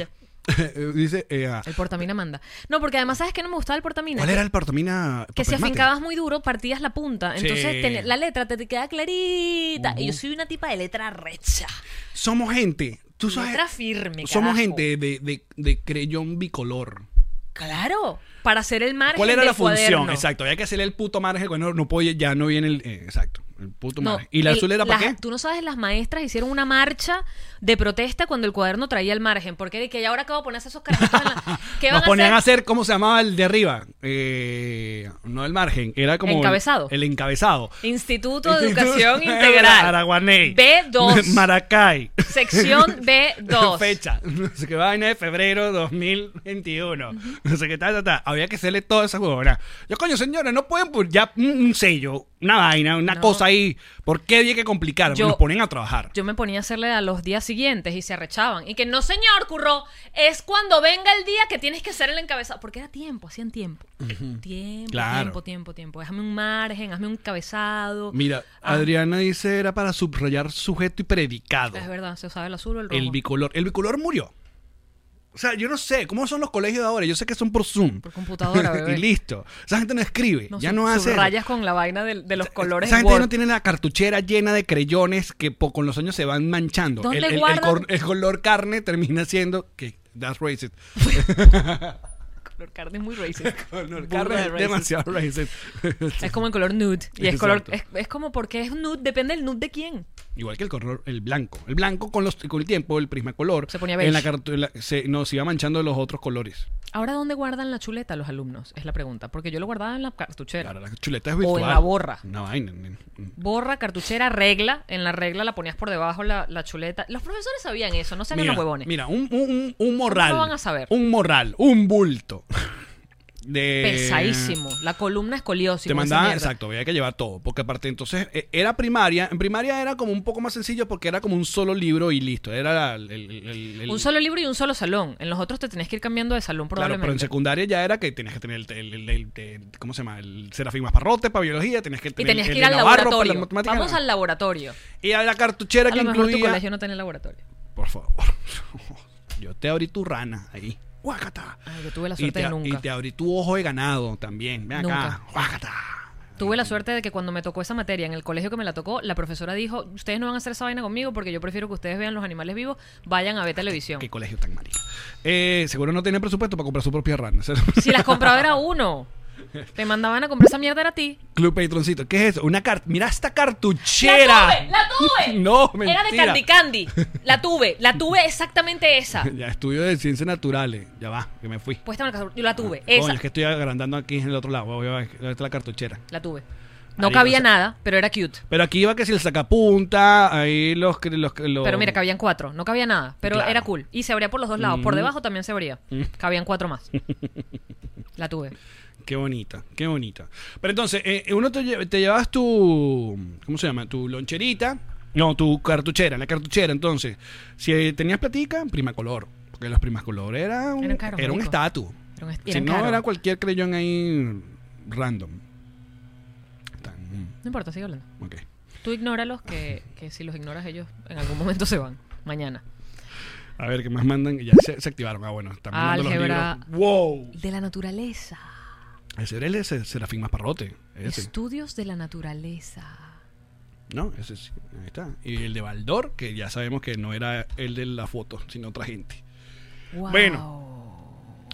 S2: ya.
S3: Dice. eh, ah,
S2: El portamina manda. No, porque además, ¿sabes qué no me gustaba el portamina?
S3: ¿Cuál era el portamina?
S2: Que si
S3: papel mate?
S2: afincabas muy duro, partías la punta. Entonces,
S3: Sí.
S2: ten- la letra te, te queda clarita. Y yo soy una tipa de letra recha.
S3: Somos gente. Tú sabes.
S2: Letra firme,
S3: Somos
S2: carajo.
S3: gente de, de, de creyón bicolor.
S2: Claro. Para hacer el margen
S3: ¿Cuál era
S2: del
S3: la función?
S2: cuaderno.
S3: Exacto, había que hacerle el puto margen cuando no podía, ya no viene el. eh, exacto, el puto
S2: No,
S3: margen. ¿Y la
S2: el-
S3: azul era para
S2: las-
S3: qué?
S2: Tú no sabes, las maestras hicieron una marcha de protesta cuando el cuaderno traía el margen. Porque de que ya ahora acabo de ponerse esos carajitos en la... ¿Qué van
S3: Nos ponían
S2: a
S3: a
S2: hacer?
S3: hacer, ¿cómo se llamaba el de arriba? Eh, no el margen, era como. el-
S2: Encabezado.
S3: El, encabezado.
S2: Instituto de Educación
S3: Instituto-
S2: Integral.
S3: Araguaney.
S2: B2.
S3: Maracay.
S2: sección B2.
S3: Fecha. No sé qué vaina de febrero 2021. No sé qué tal, tal, tal. Había que hacerle toda esa huevona. Yo, coño, señores, no pueden poner ya pues, un, un sello, una vaina, una
S2: No.
S3: cosa ahí. ¿Por qué había que complicar?
S2: Yo-
S3: Nos ponen a trabajar.
S2: Yo me ponía a hacerle a los días siguientes y se arrechaban. Y que no, señor, curro, es cuando venga el día que tienes que hacer el encabezado. Porque era tiempo, hacían tiempo. Tiempo,
S3: Claro.
S2: tiempo, tiempo, tiempo. Déjame un margen, hazme un cabezado.
S3: Mira,
S2: Ah.
S3: Adriana dice era para subrayar sujeto y predicado.
S2: Es verdad, se usaba el azul o el rojo.
S3: El bicolor. El bicolor murió. O sea, yo no sé cómo son los colegios de ahora. Yo sé que son por Zoom.
S2: Por computadora, bebé.
S3: y listo. Esa gente no escribe.
S2: No,
S3: ya
S2: sub-
S3: no hace.
S2: subrayas con la vaina del- de, los colores
S3: Esa
S2: en
S3: gente ya
S2: Word.
S3: no tiene la cartuchera llena de creyones que po- con los años se van manchando.
S2: ¿Dónde
S3: el, el- el
S2: guardan?
S3: cor- el color carne termina siendo que that's racist.
S2: color carne es muy racist.
S3: Color
S2: Burda
S3: carne
S2: de
S3: es
S2: racist.
S3: demasiado racist.
S2: Es como el color nude. Y es color. Es,
S3: Exacto.
S2: es como porque es nude, depende del nude de quién.
S3: Igual que el color, el blanco. El blanco con los con el tiempo, el prismacolor.
S2: Se ponía
S3: En la
S2: beige.
S3: cartu- en la- se, no, se iba manchando de los otros colores.
S2: Ahora, ¿dónde guardan la chuleta los alumnos? Es la pregunta. Porque yo lo guardaba en la cartuchera.
S3: Claro, la chuleta es
S2: en
S3: virtual.
S2: la borra.
S3: Una vaina. nene.
S2: Borra, cartuchera, regla. En la regla la ponías por debajo la, la chuleta. Los profesores sabían eso, no sean
S3: mira,
S2: unos huevones.
S3: Mira, un, un, un- un morral.
S2: lo van a saber?
S3: Un morral, un bulto. De...
S2: Pesadísimo. La columna escoliosis.
S3: eh, Te
S2: con esa
S3: mandaban,
S2: mierda.
S3: exacto, había que llevar todo. Porque aparte, entonces, eh, era primaria. En primaria era como un poco más sencillo porque era como un solo libro y listo. Era el. el- el- el-
S2: Un solo libro y un solo salón. En los otros te tenías que ir cambiando de salón
S3: Claro,
S2: probablemente.
S3: pero en secundaria ya era que tenías que tener el, el- el- el- el- ¿cómo se llama? El Serafín Masparrote para biología, tenías que
S2: y
S3: tener
S2: tenías
S3: el
S2: que ir
S3: de
S2: al
S3: Navarro pues, para
S2: laboratorio.
S3: la matemática.
S2: Vamos al laboratorio.
S3: Y a la cartuchera
S2: A
S3: que
S2: lo mejor tu
S3: incluía
S2: colegio no tenía laboratorio.
S3: Por favor. Yo te abrí tu rana ahí. Guácata.
S2: Ay, yo tuve la
S3: Y
S2: suerte
S3: te,
S2: de nunca.
S3: y te abrí tu ojo de ganado también. Ven acá.
S2: Nunca.
S3: Guácata.
S2: Tuve la suerte de que cuando me tocó esa materia en el colegio que me la tocó, la profesora dijo, ustedes no van a hacer esa vaina conmigo porque yo prefiero que ustedes vean los animales vivos, vayan a ver televisión.
S3: Qué colegio tan marica. Eh, seguro no tenía presupuesto para comprar su propia rana.
S2: Si las compraba era uno. Te mandaban a comprar esa mierda era a ti.
S3: Club Patroncito. ¿Qué es eso? Una carta. Mira esta cartuchera.
S2: ¡La tuve!
S3: No, mentira.
S2: Era de Candy Candy. La tuve. La tuve exactamente esa.
S3: Ya, estudio de ciencias naturales. Ya va, que me fui.
S2: Puesta en la casa. Yo la tuve.
S3: Coño,
S2: Esa.
S3: es que estoy agrandando aquí en el otro lado. Voy a ver, ¿dónde está la cartuchera.
S2: La tuve. No
S3: Marico,
S2: cabía
S3: o sea-
S2: nada, pero era cute.
S3: Pero aquí iba que si el sacapunta, ahí los... que- los, que- los
S2: Pero mira, cabían cuatro. No cabía nada, pero
S3: Claro.
S2: era cool. Y se abría por los dos lados. Por
S3: Mm.
S2: debajo también se abría. Cabían cuatro más. La tuve.
S3: Qué bonita, qué bonita. Pero entonces, eh, uno te, lle- te llevas tu. ¿Cómo se llama? Tu loncherita. No, tu cartuchera. La cartuchera, entonces. Si eh, tenías platica, primacolor. Porque los primacolor era un,
S2: Eran caros,
S3: era un
S2: marico.
S3: estatus.
S2: Era un est-
S3: Si
S2: eran
S3: no,
S2: caros.
S3: era cualquier creyón ahí random. Tan- mm,
S2: No importa, sigue hablando.
S3: ok.
S2: Tú ignóralos, que, que si los ignoras ellos en algún momento se van. Mañana.
S3: A ver, ¿qué más mandan? Ya se, se activaron. Ah, bueno, están mandando
S2: Álgebra.
S3: los libros. ¡Wow!
S2: De la naturaleza.
S3: Ese era el de Se- Serafín Masparrote. Ese.
S2: Estudios de la naturaleza.
S3: No, ese sí. Ahí está. Y el de Baldor, que ya sabemos que no era el de la foto, sino otra gente.
S2: Wow.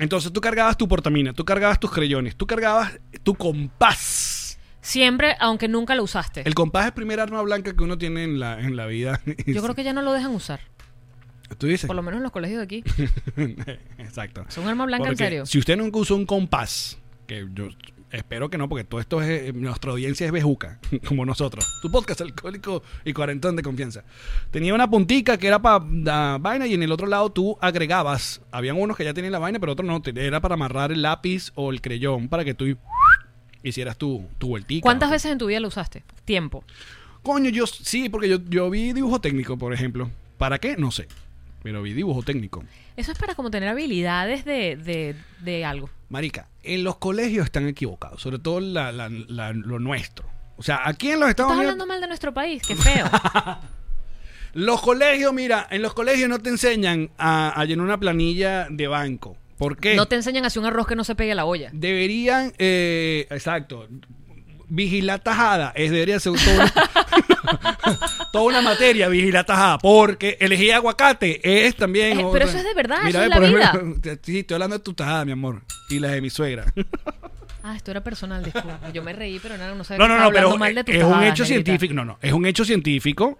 S3: Entonces tú cargabas tu portamina, tú cargabas tus creyones, tú cargabas tu compás.
S2: Siempre, aunque nunca lo usaste.
S3: El compás es el primer arma blanca que uno tiene en la, en la vida.
S2: Yo creo que ya no lo dejan usar.
S3: Tú dices.
S2: Por lo menos en los colegios de aquí.
S3: Exacto.
S2: Es un arma blanca, en
S3: Porque
S2: serio.
S3: Si usted nunca usó un compás, que yo espero que no, porque todo esto es. eh, Nuestra audiencia es bejuca, como nosotros. Tu podcast alcohólico y cuarentón de confianza. Tenía una puntica que era para la vaina y en el otro lado tú agregabas. Habían unos que ya tenían la vaina, pero otros no. Te- Era para amarrar el lápiz o el creyón para que tú hicieras tu, tu vueltica.
S2: ¿Cuántas
S3: ¿no?
S2: veces en tu vida lo usaste? Tiempo.
S3: Coño, yo sí, porque yo, yo vi dibujo técnico, por ejemplo. ¿Para qué? No sé. Pero vi dibujo técnico.
S2: Eso es para como tener habilidades de, de, de algo.
S3: Marica, en los colegios están equivocados, sobre todo la- la- la- lo nuestro. O sea, aquí en los Estados
S2: Estás
S3: Unidos,
S2: hablando mal de nuestro país, qué feo.
S3: los colegios, mira, en los colegios no te enseñan a, a llenar una planilla de banco. ¿Por qué?
S2: No te enseñan a hacer un arroz que no se pegue a la olla.
S3: Deberían, eh, exacto, vigilar tajada, es debería ser todo un- toda una materia, vigilar tajada, porque elegir aguacate es también...
S2: Eh, pero eso es de verdad,
S3: Mira,
S2: eso es
S3: ve,
S2: la
S3: por ejemplo, Sí, estoy hablando de tu tajada, mi amor, y la de mi suegra.
S2: Ah, esto era personal, disculpa. Yo me reí, pero no, no sabía
S3: No,
S2: que
S3: no,
S2: estaba
S3: no, pero
S2: hablando mal de tus
S3: es un
S2: tajadas,
S3: hecho
S2: negrita.
S3: científico. Eh, No, no, es un hecho científico.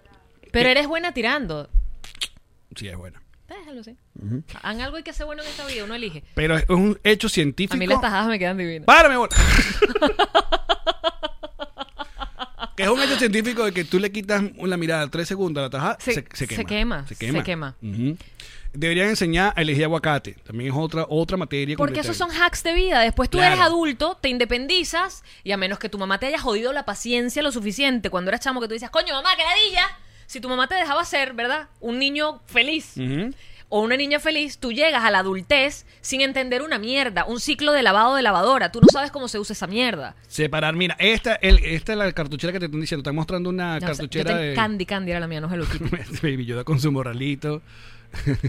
S2: Pero eres buena tirando.
S3: Sí, es bueno.
S2: Déjalo, sí. Hagan algo hay que hacer bueno en esta vida, uno elige.
S3: Pero es un hecho
S2: A
S3: científico.
S2: mí las tajadas me quedan divinas.
S3: ¡Párame, bol- Que es un hecho científico de que tú le quitas la mirada tres segundos a la taja, se,
S2: Se-
S3: se
S2: se
S3: quema.
S2: quema,
S3: Se quema.
S2: se quema.
S3: Ujú. Deberían enseñar a elegir aguacate. También es otra, otra materia.
S2: Porque
S3: completa.
S2: esos son hacks de vida. Después tú
S3: Claro.
S2: eres adulto, te independizas y a menos que tu mamá te haya jodido la paciencia lo suficiente cuando eras chamo que tú dices, coño, mamá, que ladilla. Si tu mamá te dejaba ser, ¿verdad? Un niño feliz
S3: Ujú.
S2: o una niña feliz, tú llegas a la adultez sin entender una mierda, un ciclo de lavado de lavadora. Tú no sabes cómo se usa esa mierda.
S3: Separar. Mira, esta, el- esta es la cartuchera que te están diciendo. Están mostrando una
S2: No, o sea, yo
S3: cartuchera
S2: tengo-
S3: de...
S2: Candy, Candy era la mía, no Hello Kitty.
S3: Baby Yoda con su morralito.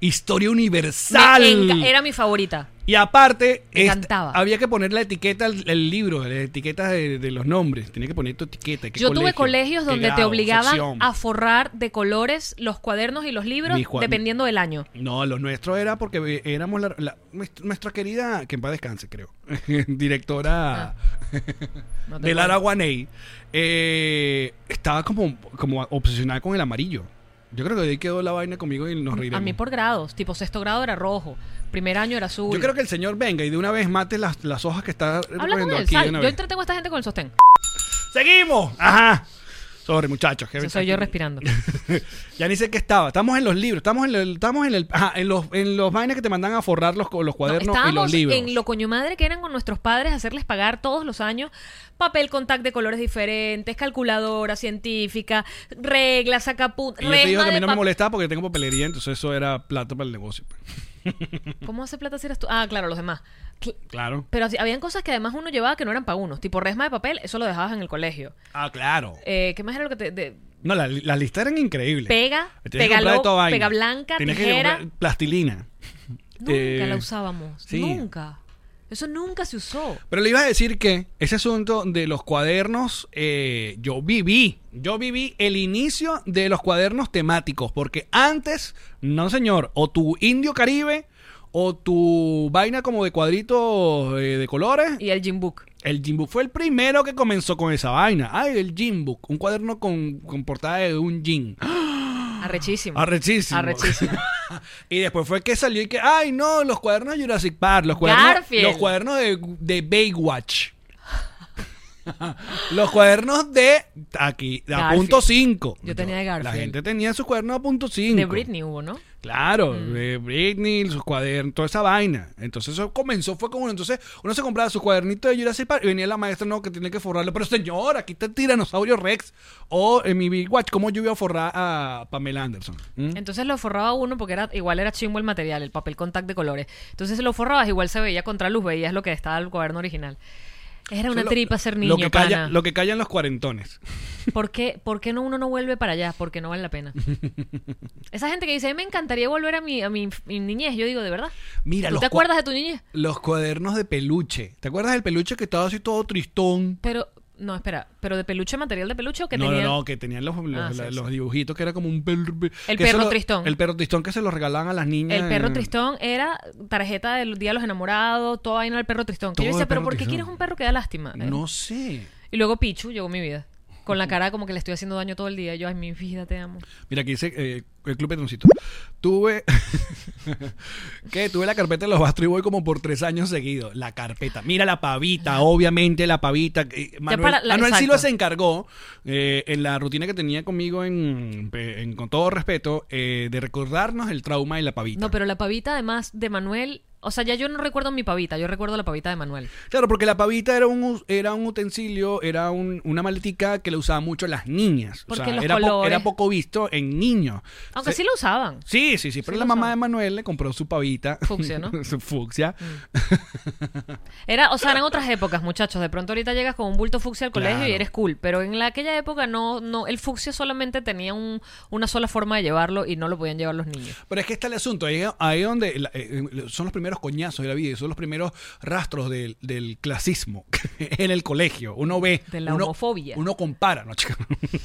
S3: Historia universal.
S2: Me enca- Era mi favorita.
S3: Y aparte,
S2: Me
S3: esta-
S2: encantaba.
S3: había que poner la etiqueta al al libro, la etiqueta de, de los nombres. Tenía que poner tu etiqueta. qué
S2: Yo tuve
S3: colegio,
S2: colegios
S3: qué
S2: donde te
S3: grado,
S2: obligaban
S3: sección.
S2: a forrar de colores los cuadernos y los libros
S3: Mi Juan-
S2: dependiendo del año.
S3: No, lo nuestro era porque eh, éramos la, la- nuestra- nuestra querida, que en paz descanse, creo, directora
S2: Ah, No te
S3: del
S2: acuerdas.
S3: Araguaney, eh, estaba como, como obsesionada con el amarillo. Yo creo que de ahí quedó la vaina conmigo y nos reiremos.
S2: A mí por grados, tipo sexto grado era rojo, primer año era azul.
S3: Yo creo que el señor venga y de una vez mate las, las hojas que está
S2: Habla con
S3: recogiendo
S2: él,
S3: aquí de
S2: sal.
S3: una
S2: Yo
S3: vez.
S2: entretengo a esta gente con el sostén.
S3: ¡Seguimos! ¡Ajá! Sorry, muchachos. que-
S2: Eso soy yo respirando.
S3: ya ni sé qué estaba. Estamos en los libros. Estamos en, el- estamos en, el, ajá, en los en los vainas que te mandan a forrar los, co- los
S2: No,
S3: cuadernos y los
S2: estábamos
S3: libros.
S2: en lo coño madre que eran con nuestros padres, hacerles pagar todos los años papel contact de colores diferentes, calculadora científica, reglas, sacaput,
S3: Y yo te
S2: resma
S3: digo que a mí
S2: de
S3: no me
S2: pap-
S3: molestaba porque tengo papelería, entonces eso era plata para el negocio. pues.
S2: ¿Cómo hace plata si eras tú? Ah, claro, los demás. Cl-
S3: Claro.
S2: Pero así- habían cosas que además uno llevaba que no eran para uno, tipo resma de papel, eso lo dejabas en el colegio.
S3: Ah, claro.
S2: Eh, ¿Qué más era lo que te... de-
S3: No, la- las listas eran increíbles.
S2: pega,
S3: Tenías que
S2: pega,
S3: comprar de toda vaina.
S2: pega blanca,
S3: Tenías que
S2: tijera...
S3: comprar plastilina.
S2: Nunca
S3: Eh,
S2: la usábamos.
S3: sí.
S2: Nunca. Eso nunca se usó.
S3: Pero le iba a decir que ese asunto de los cuadernos, eh, yo viví, yo viví el inicio de los cuadernos temáticos, porque antes, no señor, o tu indio caribe, o tu vaina como de cuadritos eh, de colores,
S2: Y el gym book.
S3: el Jimbook fue el primero que comenzó con esa vaina. Ay, el Jimbook, un cuaderno con, con portada de un jean.
S2: Arrechísimo.
S3: Arrechísimo.
S2: Arrechísimo.
S3: y después fue que salió y que, ay, no, los cuadernos de Jurassic Park, los cuadernos,
S2: Garfield.
S3: los cuadernos de, de Baywatch. los cuadernos de aquí, de a
S2: Garfield.
S3: punto 5.
S2: Yo tenía de
S3: La
S2: Garfield.
S3: gente tenía sus cuadernos a punto 5.
S2: De Britney Mm. hubo, ¿no?
S3: Claro, de Britney, sus cuadernos, toda esa vaina. Entonces eso comenzó, fue como uno. Entonces uno se compraba su cuadernito de Jurassic Park y venía la maestra, no, que tiene que forrarlo. Pero señor, aquí está el tiranosaurio Rex. O en mi Big Watch, ¿cómo yo iba a forrar a Pamela Anderson? ¿Mm?
S2: Entonces lo forraba uno porque era igual era chingo el material, el papel contact de colores. Entonces lo forrabas, igual se veía contra luz, veías lo que estaba el cuaderno original. Era una
S3: Lo-
S2: tripa ser niño,
S3: lo que,
S2: pana.
S3: calla- lo que callan los cuarentones.
S2: ¿Por qué, por qué no uno no vuelve para allá? Porque no vale la pena. Esa gente que dice, "Ay, me encantaría volver a mi, a mi, mi niñez, yo digo, de verdad.
S3: Mira,
S2: ¿Tú
S3: los
S2: te
S3: cua-
S2: acuerdas de tu niñez?
S3: Los cuadernos de peluche. ¿Te acuerdas del peluche que estaba así todo tristón?
S2: Pero, no, espera, pero de peluche, material de peluche o que
S3: no,
S2: tenía.
S3: no, no, que tenían los, los,
S2: Ah, sí,
S3: la-
S2: sí.
S3: los dibujitos que era como un perro.
S2: El
S3: que eso
S2: perro
S3: lo-
S2: tristón.
S3: El perro tristón que se lo regalaban a las niñas.
S2: El perro
S3: en-
S2: tristón era tarjeta del Día de los Enamorados, toda vaina del perro tristón. Que
S3: Todo
S2: yo
S3: el
S2: decía,
S3: perro
S2: pero ¿por qué
S3: tristón.
S2: quieres un perro que da lástima? Eh,
S3: No sé.
S2: Y luego Pichu llegó a mi vida. Con la cara como que le estoy haciendo daño todo el día. Yo, ay, mi vida, te amo.
S3: Mira, aquí dice eh, el Club Petroncito. Tuve. que tuve la carpeta de los Bastry Boy como por tres años seguidos. La carpeta. Mira la pavita, obviamente la pavita. Eh, Manuel,
S2: para la-
S3: Manuel
S2: exacto.
S3: Silva se encargó eh, en la rutina que tenía conmigo, en, en- con todo respeto, eh, de recordarnos el trauma de la pavita.
S2: No, pero la pavita, además de Manuel. O sea, ya yo no recuerdo mi pavita, yo recuerdo la pavita de Manuel.
S3: Claro, porque la pavita era un, us- era un utensilio, era un- una maletica que la usaban mucho las niñas. o
S2: Porque
S3: sea,
S2: los
S3: era, po-
S2: colores.
S3: era poco visto en niños.
S2: Aunque
S3: Se-
S2: sí lo usaban.
S3: Sí, sí, sí, pero
S2: Sí
S3: la
S2: lo
S3: mamá
S2: sabe.
S3: de Manuel le compró su pavita.
S2: Fucsia, ¿no?
S3: su fucsia.
S2: Era, o sea, eran otras épocas, muchachos. De pronto ahorita llegas con un bulto fucsia al colegio
S3: Claro.
S2: y eres cool. Pero en la, aquella época no, no, el fucsia solamente tenía un- una sola forma de llevarlo y no lo podían llevar los niños.
S3: Pero es que está el asunto, ahí, ahí donde la- eh, eh, son los primeros coñazos de la vida y son los primeros rastros del, del clasismo en el colegio. Uno ve...
S2: De la
S3: uno-
S2: homofobia.
S3: Uno compara, no, chica.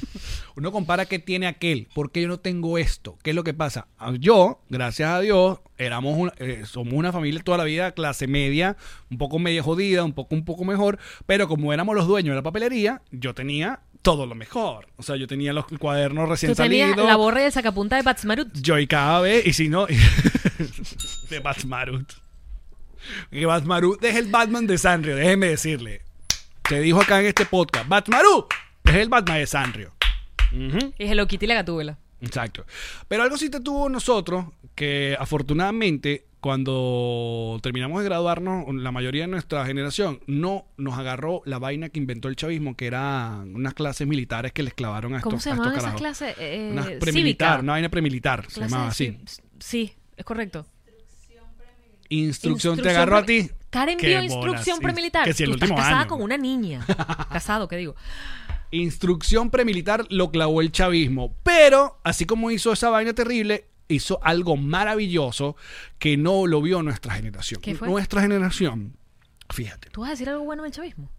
S3: uno compara qué tiene aquel, por qué yo no tengo esto, qué es lo que pasa. Ah, Yo, gracias a Dios, éramos una- eh, somos una familia toda la vida clase media, un poco media jodida, un poco un poco mejor, pero como éramos los dueños de la papelería, yo tenía todo lo mejor. O sea, yo tenía los cuadernos recién
S2: Tú tenías
S3: salidos.
S2: la borra y el sacapunta de Batsmarut.
S3: Joy cada vez, y si no, de Batmarut. Que Batmarut es el Batman de Sanrio, déjeme decirle. Te dijo acá en este podcast, Batmarut Es el Batman de Sanrio. Ujú.
S2: Y Hello Kitty y la gatúbela.
S3: Exacto. Pero algo sí te tuvo nosotros, que afortunadamente cuando terminamos de graduarnos, la mayoría de nuestra generación no nos agarró la vaina que inventó el chavismo, que eran unas clases militares que les clavaron a estos,
S2: ¿Cómo se
S3: a estos
S2: llamaban esas
S3: carajos.
S2: clases? Eh,
S3: Una
S2: cívica.
S3: premilitar, una vaina premilitar, se
S2: Clases
S3: llamaba así.
S2: de ci- Sí, es correcto.
S3: Instrucción, te agarró a
S2: pre-
S3: ti.
S2: Karen
S3: Qué
S2: vio
S3: bolas.
S2: instrucción
S3: In-
S2: premilitar.
S3: Que si el
S2: Tú
S3: último
S2: estás casada
S3: año.
S2: con una niña. Casado, ¿qué digo?
S3: Instrucción premilitar lo clavó el chavismo. Pero, así como hizo esa vaina terrible, hizo algo maravilloso que no lo vio nuestra generación.
S2: ¿Qué fue?
S3: Nuestra generación, fíjate,
S2: ¿Tú vas a decir algo bueno del chavismo?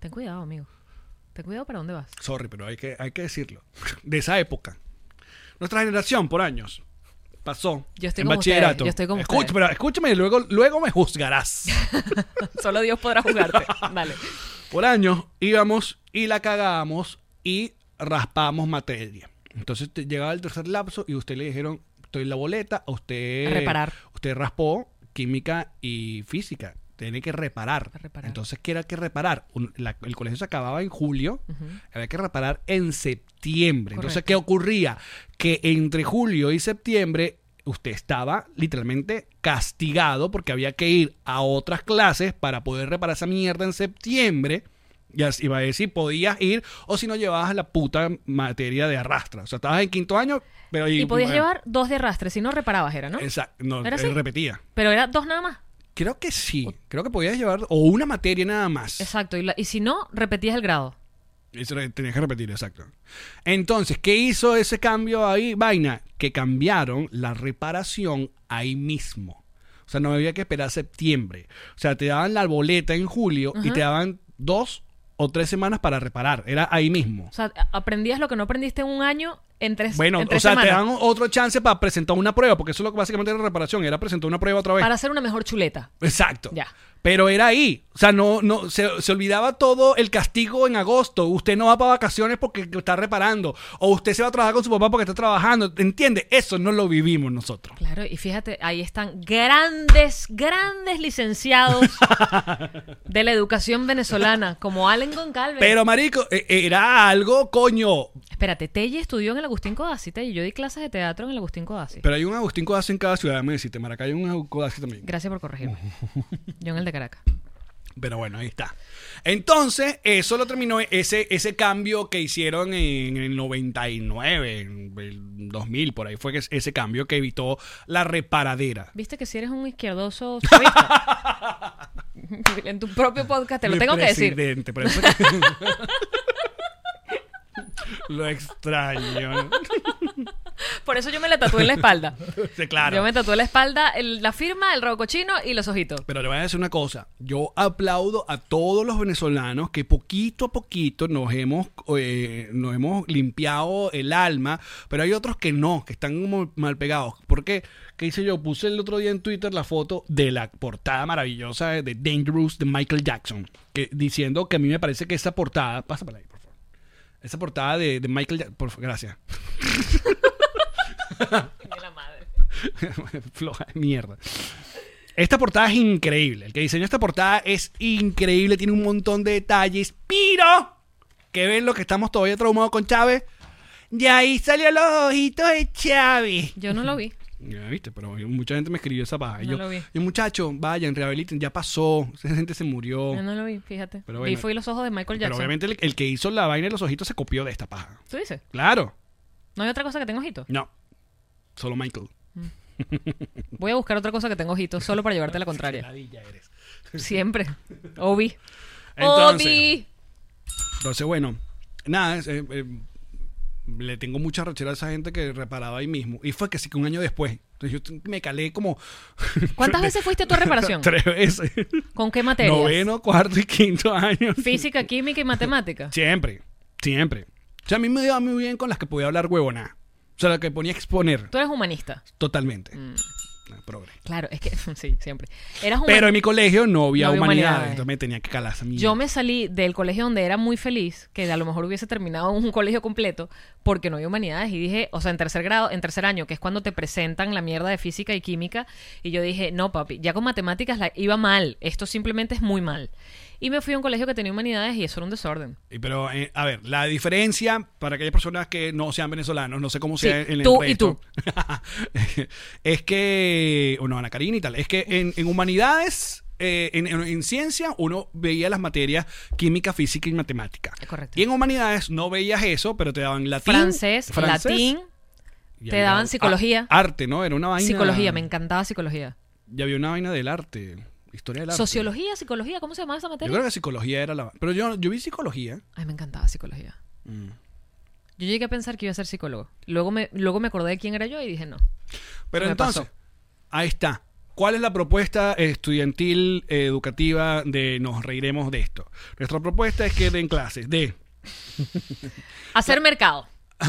S2: Ten cuidado, amigo. Ten cuidado para dónde vas.
S3: sorry, pero hay que, hay que decirlo, de esa época. Nuestra generación, por años, pasó
S2: Yo estoy
S3: en
S2: como ustedes,
S3: bachillerato.
S2: yo estoy como
S3: Escucha-
S2: ustedes.
S3: pero escúchame, y luego, luego me juzgarás.
S2: Solo Dios podrá jugarte. Dale.
S3: Por años íbamos y la cagábamos y raspamos materia. Entonces te- llegaba el tercer lapso y usted le dijeron, estoy en la boleta, a usted...
S2: A reparar.
S3: Usted raspó química y física. Tiene que reparar.
S2: A reparar.
S3: Entonces, ¿qué era que reparar? Un- la- el colegio se acababa en julio, había que reparar en septiembre. Entonces,
S2: Correcto.
S3: ¿qué ocurría? Que entre julio y septiembre usted estaba literalmente castigado porque había que ir a otras clases para poder reparar esa mierda en septiembre. Y así iba a decir, podías ir o si no llevabas la puta materia de arrastra. O sea, estabas en quinto año, pero...
S2: Y podías
S3: bueno,
S2: llevar dos de arrastre, si no reparabas, era, ¿no?
S3: Exacto. No,
S2: ¿Era
S3: eh,
S2: así?
S3: repetía.
S2: Pero era dos nada más.
S3: Creo que sí. Creo que podías llevar o una materia nada más.
S2: Exacto. Y, la- y si no, repetías el grado.
S3: Eso lo tenías que repetir, exacto. Entonces, ¿qué hizo ese cambio ahí, vaina? Que cambiaron la reparación ahí mismo. O sea, no había que esperar septiembre. O sea, te daban la boleta en julio y te daban dos o tres semanas para reparar. Era ahí mismo.
S2: O sea, a- aprendías lo que no aprendiste en un año en tres
S3: Bueno,
S2: en
S3: o
S2: tres
S3: sea, te
S2: semanas.
S3: dan otro chance para presentar una prueba, porque eso es lo que básicamente era reparación, era presentar una prueba otra vez.
S2: Para hacer una mejor chuleta.
S3: Exacto.
S2: Ya.
S3: Pero era ahí. O sea, no, no, se, se olvidaba todo el castigo en agosto. Usted no va para vacaciones porque está reparando. O usted se va a trabajar con su papá porque está trabajando. ¿Entiende? Eso no lo vivimos nosotros.
S2: Claro, y fíjate, ahí están grandes, grandes licenciados de la educación venezolana, como Allen Goncalves.
S3: Pero, marico, eh, era algo, coño.
S2: Espérate, Telle estudió en el Agustín Codazzi, Telle. Yo di clases de teatro en el Agustín Codazzi.
S3: Pero hay un Agustín Codazzi en cada ciudad. Me deciste, Maracay hay un Codazzi también.
S2: Gracias por corregirme. Yo en el de Caracas.
S3: Pero bueno, ahí está. Entonces, eso lo terminó ese, ese cambio que hicieron en el 99, en el 2000, por ahí fue que es- ese cambio que evitó la reparadera.
S2: Viste que si eres un izquierdoso chavista. en tu propio podcast te lo
S3: Mi
S2: tengo que decir.
S3: presidente, por eso que- Lo extraño. ¿no?
S2: Por eso yo me la tatué en la espalda.
S3: Sí, claro.
S2: Yo me tatué en la espalda el- la firma, el robo cochino y los ojitos.
S3: Pero le voy a decir una cosa. Yo aplaudo a todos los venezolanos que poquito a poquito nos hemos, eh, nos hemos limpiado el alma, pero hay otros que no, que están como mal pegados. ¿Por qué? ¿Qué hice yo? Puse el otro día en Twitter la foto de la portada maravillosa de Dangerous de Michael Jackson, que, diciendo que a mí me parece que esa portada... Pasa para ahí, por favor. Esa portada de, de Michael Jackson... Por, fa- gracias. floja de mierda. Esta portada es increíble. El que diseñó esta portada es increíble. Tiene un montón de detalles. Pero, que ven lo que estamos todavía traumados con Chávez. De ahí salió los ojitos de Chávez.
S2: Yo no lo vi.
S3: Ya viste, pero mucha gente me escribió esa paja. Y
S2: No
S3: yo,
S2: lo vi.
S3: y muchacho, vayan, rehabiliten. Ya pasó. Esa gente se murió.
S2: Yo no lo vi, fíjate.
S3: Pero bueno.
S2: y fue los ojos de Michael
S3: pero
S2: Jackson.
S3: obviamente el, el que hizo la vaina de los ojitos se copió de esta paja.
S2: ¿Tú dices?
S3: Claro.
S2: ¿No hay otra cosa que tenga ojitos?
S3: No. Solo Michael.
S2: Voy a buscar otra cosa que tenga ojitos solo para llevarte la contraria.
S3: Ladilla eres.
S2: Siempre. Obi.
S3: Entonces-
S2: Obi.
S3: Entonces, bueno, nada, es- eh, eh, le tengo mucha rechera a esa gente que reparaba ahí mismo. Y fue que sí que un año después. Entonces yo me calé como.
S2: ¿Cuántas veces fuiste tú a reparación?
S3: Tres veces.
S2: ¿Con qué materias?
S3: Noveno, cuarto y quinto año.
S2: Física, química y matemática.
S3: Siempre, siempre. O sea, a mí me iba muy bien con las que podía hablar huevona. O sea, la que ponía a exponer.
S2: Tú eres humanista.
S3: Totalmente. Ah, Progre.
S2: Claro, es que sí, siempre. Eras un
S3: Pero en mi colegio no había
S2: No había
S3: humanidades,
S2: humanidades.
S3: entonces me tenía que calar esa mierda.
S2: Yo me salí del colegio donde era muy feliz, que a lo mejor hubiese terminado un colegio completo, porque no había humanidades. Y dije, o sea, en tercer grado, en tercer año, que es cuando te presentan la mierda de física y química, y yo dije, no, papi, ya con matemáticas la iba mal, esto simplemente es muy mal. Y me fui a un colegio que tenía humanidades y eso era un desorden.
S3: Y Pero, eh, a ver, la diferencia para aquellas personas que no sean venezolanos, no sé cómo
S2: Sí,
S3: sea en el
S2: tú y
S3: resto, es que, o no, Ana Karina y tal, es que en, en humanidades, eh, en, en- en ciencia, uno veía las materias química, física y matemática.
S2: Es correcto.
S3: Y en humanidades no veías eso, pero te daban latín.
S2: Francés, latín,
S3: y
S2: te
S3: había-
S2: daban psicología.
S3: ah, arte, ¿no? Era una vaina.
S2: psicología, me encantaba psicología.
S3: Y había una vaina del arte, historia del arte.
S2: Sociología, psicología, ¿cómo se llamaba esa
S3: Yo
S2: materia?
S3: creo que psicología era la... Pero yo, yo vi psicología.
S2: Ay, me encantaba psicología.
S3: Mm.
S2: Yo llegué a pensar que iba a ser psicólogo. Luego me, luego me acordé de quién era yo y dije no.
S3: Pero
S2: Me
S3: entonces,
S2: pasó.
S3: ahí está. ¿Cuál es la propuesta estudiantil eh, educativa de Nos Reiremos de esto? Nuestra propuesta es que den clases de
S2: Hacer mercado.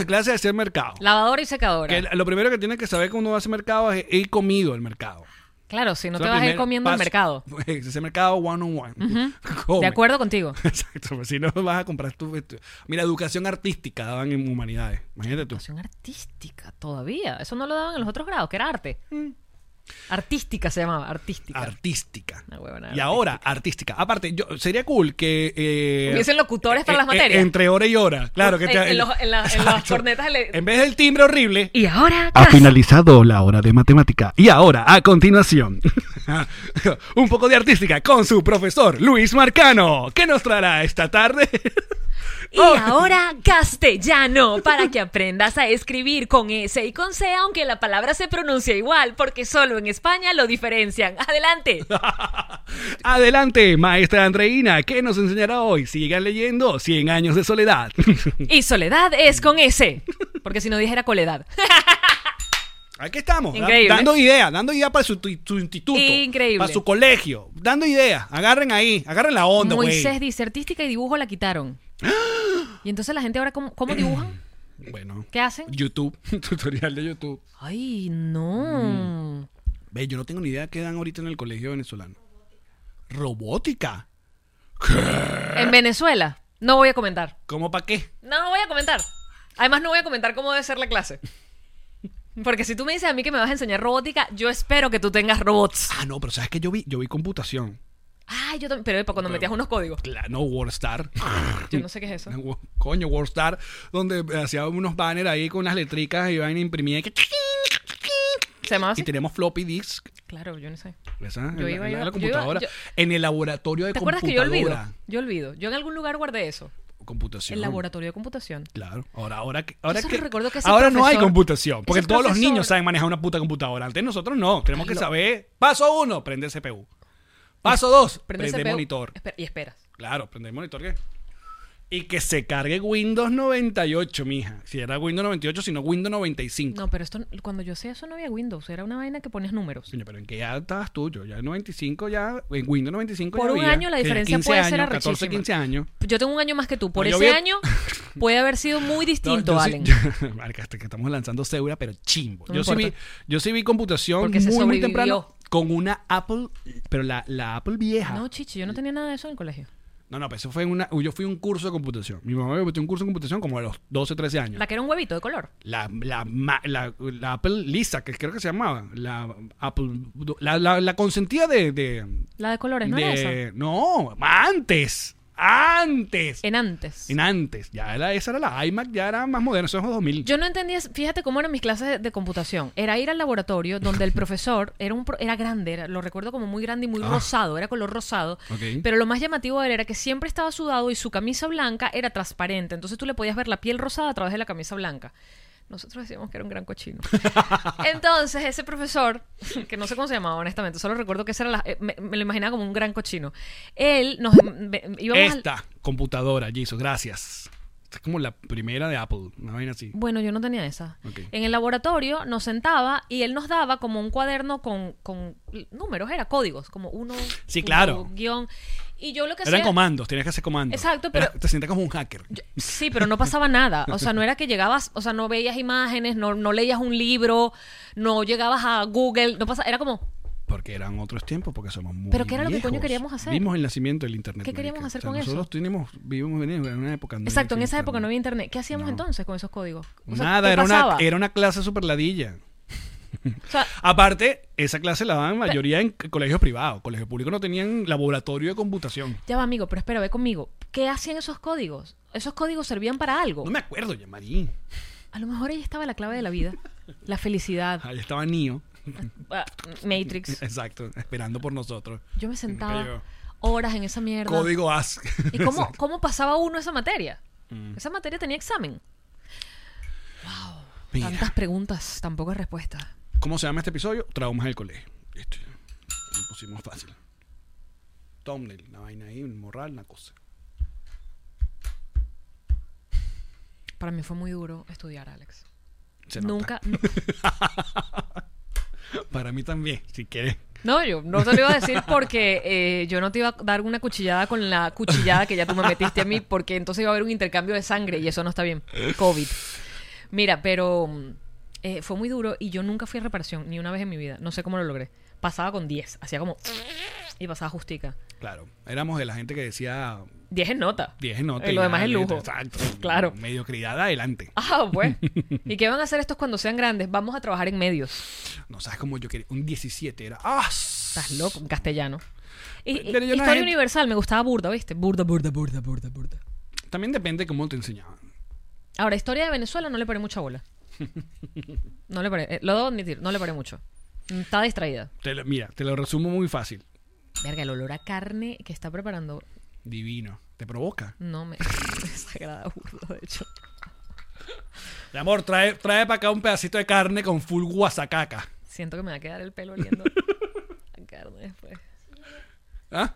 S3: clases de hacer mercado.
S2: Lavadora y secadora.
S3: Que lo primero que tienes que saber cuando uno hace mercado es ir comido el mercado.
S2: Claro, si no
S3: Eso
S2: te
S3: es lo
S2: vas a ir
S3: primero.
S2: comiendo el
S3: Paso. Pues,
S2: mercado.
S3: Ese mercado one on one. Come.
S2: De acuerdo contigo.
S3: Exacto, pues si no vas a comprar tu, tu- Mira, educación artística daban en humanidades. Imagínate tú.
S2: Educación artística todavía. Eso no lo daban en los otros grados, que era arte.
S3: Mm.
S2: Artística se llamaba, artística.
S3: Artística.
S2: Una huevona
S3: y
S2: artística.
S3: ahora, artística. Aparte, yo, sería cool que. Eh,
S2: Hubiesen locutores para las
S3: eh, eh,
S2: materias.
S3: entre hora y hora. Claro que
S2: En- en los- en la- en las
S3: Exacto.
S2: cornetas le-
S3: En vez del timbre horrible.
S2: y ahora,
S3: Ha
S2: casa.
S3: finalizado la hora de matemática. Y ahora, a continuación, un poco de artística con su profesor Luis Marcano. ¿Qué nos traerá esta tarde?
S2: y
S3: Oh.
S2: ahora castellano, para que aprendas a escribir con S y con C, aunque la palabra se pronuncia igual, porque solo en España lo diferencian. Adelante.
S3: Adelante, maestra Andreina. ¿Qué nos enseñará hoy? Sigan leyendo 100 años de soledad.
S2: Y soledad es con S, porque si no dijera coledad.
S3: Aquí estamos, da-
S2: Increíble.
S3: dando ideas, dando ideas para su, tu- su instituto,
S2: Increíble.
S3: para su colegio, dando ideas. Agarren ahí, agarren la onda, güey.
S2: Moisés dice artística y dibujo la quitaron. Y entonces la gente ahora, ¿cómo, cómo dibujan?
S3: Bueno,
S2: ¿Qué hacen?
S3: YouTube, tutorial de YouTube.
S2: Ay, no.
S3: Ve, yo no tengo ni idea qué dan ahorita en el colegio venezolano. Robótica. ¿Qué?
S2: En Venezuela, no voy a comentar.
S3: ¿Cómo para qué?
S2: No voy a comentar. Además, no voy a comentar cómo debe ser la clase. Porque si tú me dices a mí que me vas a enseñar robótica, yo espero que tú tengas robots.
S3: Ah, no, pero sabes que yo vi, yo vi computación.
S2: Ay, yo también. Pero epa, cuando metías unos códigos.
S3: Claro, no WordStar.
S2: Yo no sé qué es eso.
S3: Wo- Coño, WordStar, donde eh, hacía unos banners ahí con unas letricas y van a imprimir. que-
S2: ¿Se llamaba así?
S3: Y tenemos floppy disc.
S2: Claro, yo no sé.
S3: Esa,
S2: Yo
S3: en
S2: iba-
S3: la- en la,
S2: yo iba-
S3: computadora.
S2: yo-
S3: en el laboratorio de
S2: ¿Te acuerdas que yo
S3: computadora.
S2: olvido? Yo olvido. Yo en algún lugar guardé eso.
S3: Computación.
S2: El laboratorio de computación.
S3: Claro. Ahora, ahora, que- ahora,
S2: solo
S3: que,
S2: recuerdo que ese
S3: ahora no hay
S2: profesor-
S3: computación. Porque
S2: ese
S3: todos los
S2: profesor-
S3: niños saben manejar una puta computadora. Antes nosotros no. Tenemos que saber. Paso uno, prende el CPU. Paso dos, prende,
S2: Prende el CPU,
S3: monitor.
S2: espera- y esperas.
S3: Claro, prende el monitor ¿qué? Y que se cargue Windows 98, mija. Si era Windows 98, sino Windows 95.
S2: No, pero esto, cuando yo hacía eso no había Windows, era una vaina que ponías números.
S3: Coño, pero en qué ya estabas tú, yo ya en 95 ya, en Windows 95
S2: Por
S3: ya
S2: un
S3: había,
S2: año la
S3: que
S2: diferencia
S3: 15
S2: puede ser
S3: años, 14,
S2: arrechísima.
S3: 15 años.
S2: Yo tengo un año más que tú, por
S3: No, yo
S2: ese
S3: vi-
S2: año puede haber sido muy
S3: No,
S2: distinto,
S3: yo sí-
S2: Allen.
S3: Marica, hasta que estamos lanzando Segura, pero chimbo.
S2: No
S3: yo,
S2: me
S3: sí vi,
S2: importa.
S3: yo sí vi computación
S2: Porque se
S3: muy, muy
S2: sobrevivió.
S3: temprano con una Apple, pero la, la Apple vieja.
S2: No,
S3: No,
S2: chichi, yo no tenía nada de eso en el colegio.
S3: no, pero eso fue en una, yo fui a un curso de computación. Mi mamá me metió en un curso de computación como a los 12, 13 años.
S2: La que era un huevito de color.
S3: La, la, ma- la- la Apple Lisa, que creo que se llamaba. La Apple, la, la- la consentida de... de-
S2: La de colores, ¿no era
S3: de-
S2: esa?
S3: no, antes. Antes.
S2: En antes.
S3: En antes. Ya era, esa era la iMac, ya era más moderna, eso es 2000.
S2: Yo no entendía, fíjate cómo eran mis clases de, de computación. Era ir al laboratorio donde el profesor era un pro- era grande, era- lo recuerdo como muy grande y muy rosado, era color rosado.
S3: Ok.
S2: Pero lo más llamativo de él era que siempre estaba sudado y su camisa blanca era transparente. Entonces tú le podías ver la piel rosada a través de la camisa blanca. Nosotros decíamos que era un gran cochino. Entonces, ese profesor, que no sé cómo se llamaba, honestamente, solo recuerdo que esa era la- eh, me, me lo imaginaba como un gran cochino. Él nos. me- íbamos al-
S3: Esta computadora, Jesus, gracias. es como la primera de Apple, una vaina así.
S2: Bueno, yo no tenía esa.
S3: Ok.
S2: En el laboratorio nos sentaba y él nos daba como un cuaderno con, con números, era códigos, como uno.
S3: Sí,
S2: uno,
S3: claro.
S2: Guión. Y yo lo que
S3: Eran
S2: hacía-
S3: comandos, tenías que hacer comandos.
S2: Exacto, pero-
S3: Era- te sentías como un hacker.
S2: Sí, pero no pasaba nada. O sea, no era que llegabas, o sea, no veías imágenes, no, no leías un libro, no llegabas a Google, no pasa, era como,
S3: Porque eran otros tiempos, porque somos muy
S2: Pero ¿qué era lo que coño
S3: viejos.
S2: queríamos hacer?
S3: Vimos el nacimiento del internet.
S2: ¿Qué queríamos
S3: marica.
S2: hacer
S3: O sea,
S2: con eso?
S3: nosotros tenemos, vivimos en una época... donde no
S2: exacto, en esa
S3: existía
S2: época no había
S3: internet.
S2: internet. ¿Qué hacíamos
S3: No.
S2: entonces con esos códigos? O sea,
S3: Nada,
S2: ¿qué
S3: era una,
S2: pasaba?
S3: era una clase super ladilla.
S2: O sea,
S3: Aparte, esa clase la daban mayoría en c- colegios privados. Colegios públicos no tenían laboratorio de computación.
S2: ya va, amigo, pero espera, ve conmigo. ¿Qué hacían esos códigos? Esos códigos servían para algo.
S3: No me acuerdo, ya, Marín.
S2: A lo mejor ahí estaba la clave de la vida, la felicidad,
S3: Ahí estaba Nio.
S2: ah, Matrix.
S3: Exacto, esperando por nosotros.
S2: Yo me
S3: llegó.
S2: sentaba horas en esa mierda.
S3: Código ASC.
S2: ¿Y cómo, cómo pasaba uno esa materia?
S3: Mm.
S2: Esa materia tenía examen.
S3: Mira,
S2: Tantas preguntas, tan pocas respuestas.
S3: ¿Cómo se llama este episodio? Traumas del colegio. Listo. Lo pusimos fácil. Thumbnail, la vaina ahí, un morral, una cosa.
S2: Para mí fue muy duro estudiar, Alex.
S3: Se nota.
S2: Nunca.
S3: Para mí también, si quieres.
S2: No, yo no te lo iba a decir porque eh, yo no te iba a dar una cuchillada con la cuchillada que ya tú me metiste a mí, porque entonces iba a haber un intercambio de sangre y eso no está bien. COVID. Mira, pero mm, eh, fue muy duro y yo nunca fui a reparación, ni una vez en mi vida. No sé cómo lo logré. Pasaba con 10, hacía como. Y pasaba justica.
S3: Claro, éramos de la gente que decía
S2: 10 en nota.
S3: 10 en nota.
S2: Y
S3: y
S2: Eh, lo
S3: ya,
S2: demás es
S3: listo,
S2: lujo.
S3: Exacto.
S2: Claro.
S3: Mediocridad adelante.
S2: Ah, pues. ¿Y qué van a hacer estos cuando sean grandes? Vamos a trabajar en medios.
S3: No sabes cómo yo quería. Un 17 era. ¡Ah!
S2: Estás loco, en castellano. Y, y-
S3: Pero yo no
S2: historia
S3: era-
S2: universal, me gustaba burda, ¿viste? Burda, burda, burda, burda, burda.
S3: También depende de cómo te enseñaban.
S2: Ahora, historia de Venezuela no le paré mucha bola. No le paré, eh, lo debo admitir, no le paré mucho. Mm, Estaba distraída.
S3: Te lo- mira, te lo resumo muy fácil.
S2: Verga, el olor a carne que está preparando
S3: Divino. Te provoca.
S2: no me me desagrada burda, de hecho.
S3: Mi amor, trae, trae para acá un pedacito de carne con full guasacaca.
S2: Siento que me va a quedar el pelo oliendo a carne después.
S3: ¿Ah?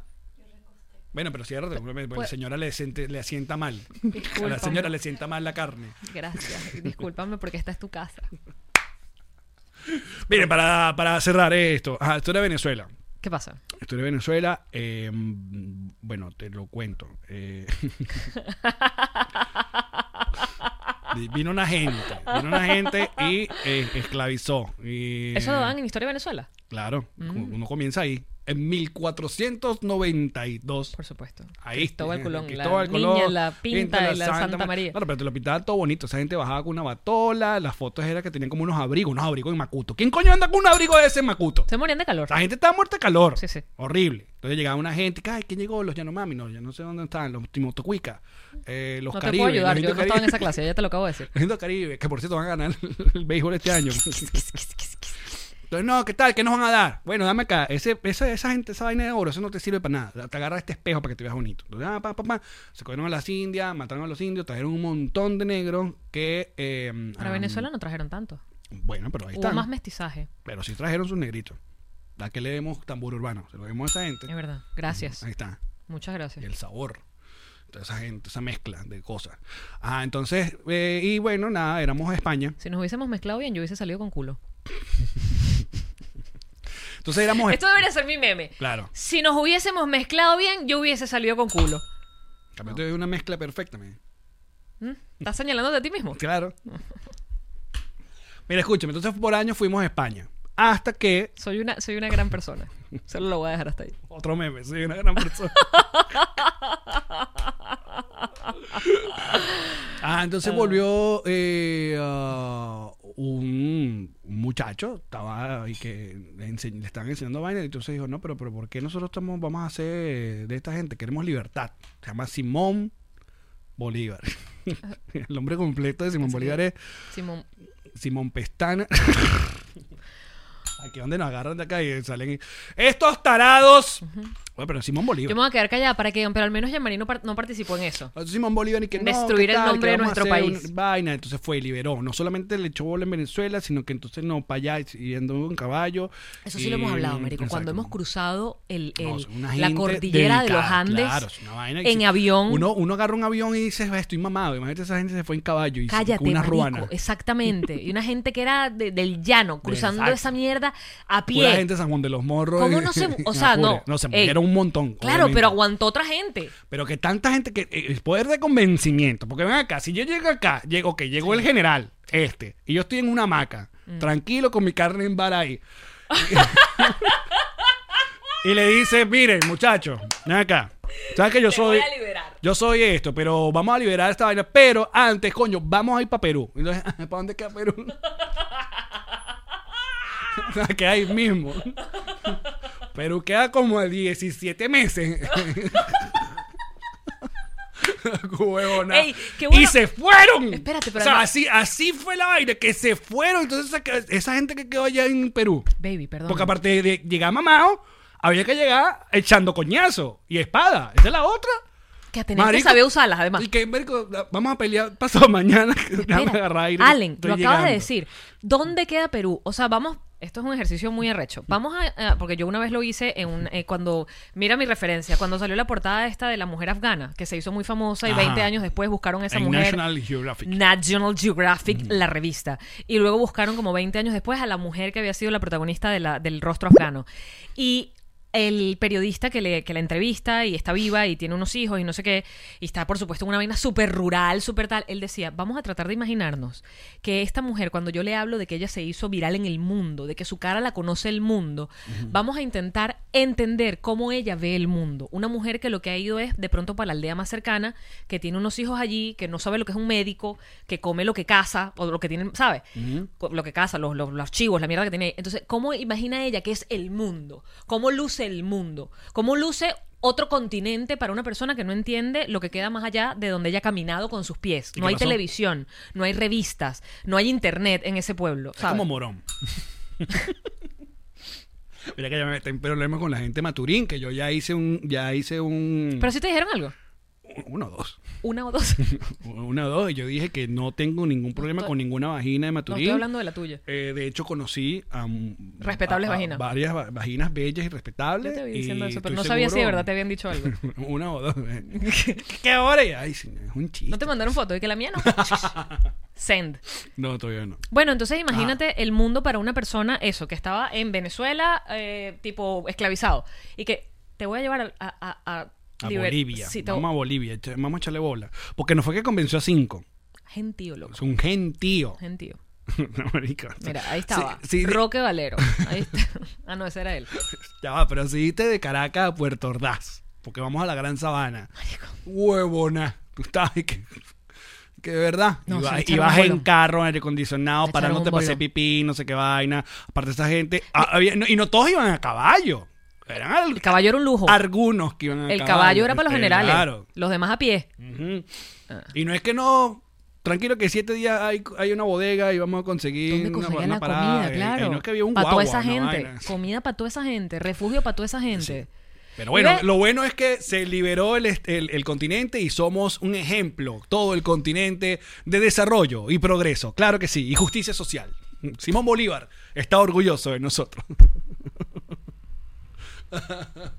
S3: Bueno, pero cierra, la
S2: pues,
S3: señora le, siente- le sienta mal. A la
S2: Discúlpame.
S3: señora le sienta mal la carne.
S2: Gracias. y Discúlpame porque esta es tu casa.
S3: Miren, para, para cerrar esto. Ajá, esto era Venezuela.
S2: ¿Qué pasa?
S3: Esto era Venezuela. eh, bueno, te lo cuento. eh. vino una gente. Vino una gente y eh, esclavizó. y-
S2: Eso Mm. lo dan en Historia de Venezuela,
S3: Claro, uno comienza ahí. En 1492.
S2: por supuesto.
S3: Ahí. eh,
S2: Cristóbal Colón,
S3: Cristóbal
S2: la
S3: Colón,
S2: niña, la pinta, y la Santa, María.
S3: Claro, pero te lo pintaban todo bonito. Esa gente bajaba con una batola. Las fotos eran que tenían como unos abrigos, unos abrigos en Macuto. ¿Quién coño anda con un abrigo de ese en Macuto?
S2: Se morían de calor.
S3: La gente estaba muerta de calor.
S2: Sí, sí.
S3: Horrible. Entonces llegaba una gente, que, ay, ¿quién llegó? Los Yanomami, no, ya no sé dónde estaban, los Timotocuica, eh, los
S2: no te
S3: Caribe.
S2: puedo ayudar,
S3: los
S2: yo
S3: indios
S2: no estaba en
S3: Caribe.
S2: esa clase, ya te lo acabo de decir.
S3: Los indios Caribe, que por cierto van a ganar el béisbol este año. Entonces, no, ¿qué tal? ¿Qué nos van a dar? Bueno, dame acá. Ese, esa, esa gente, esa vaina de oro, eso no te sirve para nada. Te agarra este espejo para que te veas bonito. Entonces, ah, pa, pa, pa. Se cogieron a las indias, mataron a los indios, trajeron un montón de negros que... eh,
S2: Para
S3: ah,
S2: Venezuela no trajeron tanto.
S3: Bueno, pero ahí
S2: Hubo
S3: están.
S2: más mestizaje,
S3: Pero sí trajeron sus negritos. ¿A qué le vemos tambor urbano? Se lo vemos a esa gente.
S2: es verdad. Gracias.
S3: Ahí está.
S2: Muchas
S3: Y
S2: gracias.
S3: el sabor. Toda esa gente, esa mezcla de cosas. Ah, entonces, eh, y bueno, nada, éramos España.
S2: Si nos hubiésemos mezclado bien, yo hubiese salido con culo.
S3: Entonces éramos...
S2: Esto debería ser mi meme.
S3: Claro.
S2: Si nos hubiésemos mezclado bien, yo hubiese salido con culo.
S3: También te doy una mezcla perfecta, me.
S2: ¿Mm? ¿Estás señalándote a ti mismo?
S3: Claro. Mira, escúchame, entonces por años fuimos a España. Hasta que.
S2: Soy una, soy una gran persona. Solo lo voy a dejar hasta ahí.
S3: Otro meme, soy una gran persona. ah, entonces volvió eh, ah, un, un muchacho, estaba y que le, ense- le estaban enseñando vainas, y entonces dijo, no, pero, pero ¿por qué nosotros estamos, vamos a hacer de esta gente? Queremos libertad. Se llama Simón Bolívar. El nombre completo de Simón Bolívar es
S2: Simón,
S3: Simón Pestana. Aquí donde nos agarran de acá y salen. y, Estos tarados Bueno, pero Simón
S2: Yo
S3: Bolívar.
S2: me voy a quedar callada para que digan, pero al menos Yamarino par- no participó en eso.
S3: A Simón Bolívar y que no,
S2: Destruir
S3: ¿qué
S2: el
S3: tal?
S2: nombre
S3: Que
S2: de
S3: vamos a
S2: nuestro
S3: hacer
S2: país.
S3: una Vaina, entonces fue, liberó. No solamente le echó bola en Venezuela, sino que entonces no, para allá y andó en caballo.
S2: Eso sí
S3: Y-
S2: lo hemos hablado, Marico. Cuando
S3: exacto.
S2: hemos cruzado el, el-
S3: No, es una
S2: la
S3: gente
S2: cordillera de los
S3: delicada,
S2: Andes
S3: claro, es una vaina que
S2: en
S3: si-
S2: avión.
S3: Uno, uno agarra un avión y dices, "Ve, estoy mamado. Imagínate, esa gente se fue en caballo y se-
S2: Cállate,
S3: con una
S2: marico.
S3: ruana.
S2: Exactamente. Y una gente que era de- del llano, cruzando
S3: Exacto.
S2: esa mierda a pie.
S3: Pura gente de San Juan de los Morros.
S2: ¿Cómo
S3: y-
S2: no se- o
S3: y
S2: sea,
S3: Apure.
S2: no.
S3: No, se
S2: Ey.
S3: murieron un montón.
S2: Claro, pero
S3: obviamente.
S2: aguantó otra gente.
S3: Pero que tanta gente que eh, el poder de convencimiento, porque ven acá, si yo llego acá, llego, ok, llegó el general, este, y yo estoy en una hamaca,
S2: Mm.
S3: tranquilo con mi carne en vara ahí. y le dice, miren, muchachos, ven acá. ¿Sabes que yo soy?
S2: voy a liberar.
S3: Yo soy esto, pero vamos a liberar esta vaina. Pero antes, coño, vamos a ir para Perú. Entonces, ¿para dónde queda Perú? O sea, queda ahí mismo. Perú queda como a 17 meses. Huevona.
S2: Ey, qué bueno.
S3: Y se fueron.
S2: Espérate, pero
S3: o sea,
S2: además-
S3: así, así fue la vaina, que se fueron. Entonces, esa, esa gente que quedó allá en Perú.
S2: Baby, perdón.
S3: Porque aparte de llegar mamado, había que llegar echando coñazo y espada. Esa es la otra.
S2: que tenés que
S3: Marico,
S2: saber usarlas, además.
S3: Y que, marico, la- vamos a pelear pasado mañana. Déjame
S2: Espera,
S3: agarrar aire.
S2: Allen,
S3: Estoy
S2: lo acabas de
S3: llegando.
S2: decir. ¿Dónde queda Perú? O sea, vamos. Esto es un ejercicio muy arrecho. Vamos a. a- porque yo una vez lo hice en un. eh, cuando. Mira mi referencia. Cuando salió la portada esta de la mujer afgana, que se hizo muy famosa y
S3: Ajá.
S2: 20 años después buscaron a esa
S3: En
S2: mujer.
S3: National Geographic.
S2: National Geographic, la revista. Y luego buscaron como 20 años después a la mujer que había sido la protagonista de la- del rostro afgano. Y el periodista que, le, que la entrevista y está viva y tiene unos hijos y no sé qué, y está por supuesto en una vaina súper rural, súper tal, él decía, vamos a tratar de imaginarnos que esta mujer, cuando yo le hablo de que ella se hizo viral en el mundo, de que su cara la conoce el mundo, vamos a intentar entender cómo ella ve el mundo. Una mujer que lo que ha ido es de pronto para la aldea más cercana, que tiene unos hijos allí, que no sabe lo que es un médico, que come lo que caza, o lo que tienen, ¿sabe? Co- Lo que caza, los, los, los chivos, la mierda que tiene. ahí. Entonces, ¿cómo imagina ella que es el mundo? ¿Cómo luce el mundo? ¿Cómo luce otro continente para una persona que no entiende lo que queda más allá de donde ella ha caminado con sus pies?
S3: ¿Y
S2: No
S3: qué
S2: hay
S3: pasó?
S2: televisión, no hay revistas, no hay internet en ese pueblo.
S3: Es
S2: ¿sabe?
S3: como morón. Mira que ya me metí en problema con la gente de Maturín, que yo ya hice un. Ya hice un.
S2: Pero si te dijeron algo,
S3: Uno o dos.
S2: una o dos.
S3: Una o dos. Y yo dije que no tengo ningún problema con ninguna vagina de
S2: No
S3: Maturín.
S2: estoy hablando de la tuya.
S3: Eh, de hecho, conocí a. um,
S2: Respetables
S3: a- a
S2: vaginas.
S3: Varias va- vaginas bellas y respetables.
S2: Yo te vi
S3: y
S2: diciendo eso, pero
S3: estoy
S2: no sabía si de
S3: seguro-
S2: verdad te habían dicho algo.
S3: Una o dos. ¿Qué hora? Y, Ay, sí, es un chiste.
S2: No te mandaron foto de que la mía no. Send.
S3: No, todavía no.
S2: Bueno, entonces
S3: Ah.
S2: imagínate el mundo para una persona, eso, que estaba en Venezuela, eh, tipo esclavizado, y que te voy a llevar a. a- a- a
S3: A
S2: liber-
S3: Bolivia.
S2: Sí, te-
S3: vamos a Bolivia. echa- Vamos a echarle bola. Porque no fue que convenció a cinco.
S2: Gentío, loco.
S3: Es un gentío.
S2: Gentío.
S3: Marica.
S2: Mira, ahí estaba.
S3: Sí, sí,
S2: Roque Valero. Ahí está. ah, no, ese era él.
S3: Ya va, pero si diste de Caracas a Puerto Ordaz. Porque vamos a la Gran Sabana. Huevona. Tú estabas y que... Que de verdad,
S2: No, se
S3: ibas,
S2: le echaron
S3: ibas
S2: un
S3: en
S2: bolo.
S3: carro, en aire acondicionado,
S2: Se
S3: para
S2: echaron
S3: no
S2: un
S3: te pasé
S2: bolo.
S3: pipí, no sé qué vaina. Aparte, esa gente. ah, había- no- y no todos iban a caballo. Eran al-
S2: El caballo era un lujo.
S3: algunos que iban a
S2: El caballo era para los
S3: Eh,
S2: generales. Ah.
S3: Claro.
S2: Los demás a pie.
S3: Ujú. Y no es que no. Tranquilo que siete días hay, hay una bodega y vamos a conseguir
S2: ¿Dónde
S3: una,
S2: conseguían
S3: una
S2: la
S3: parada,
S2: comida?
S3: y- y
S2: Claro.
S3: no es que había un
S2: para toda
S3: guagua,
S2: esa
S3: una
S2: gente.
S3: vaina.
S2: Comida para toda esa gente. Refugio para toda esa gente.
S3: Pero bueno,
S2: Ve-
S3: lo bueno es que se liberó el, est- el- el continente y somos un ejemplo, todo el continente, de desarrollo y progreso. Claro que sí, y justicia social. Simón Bolívar está orgulloso de nosotros.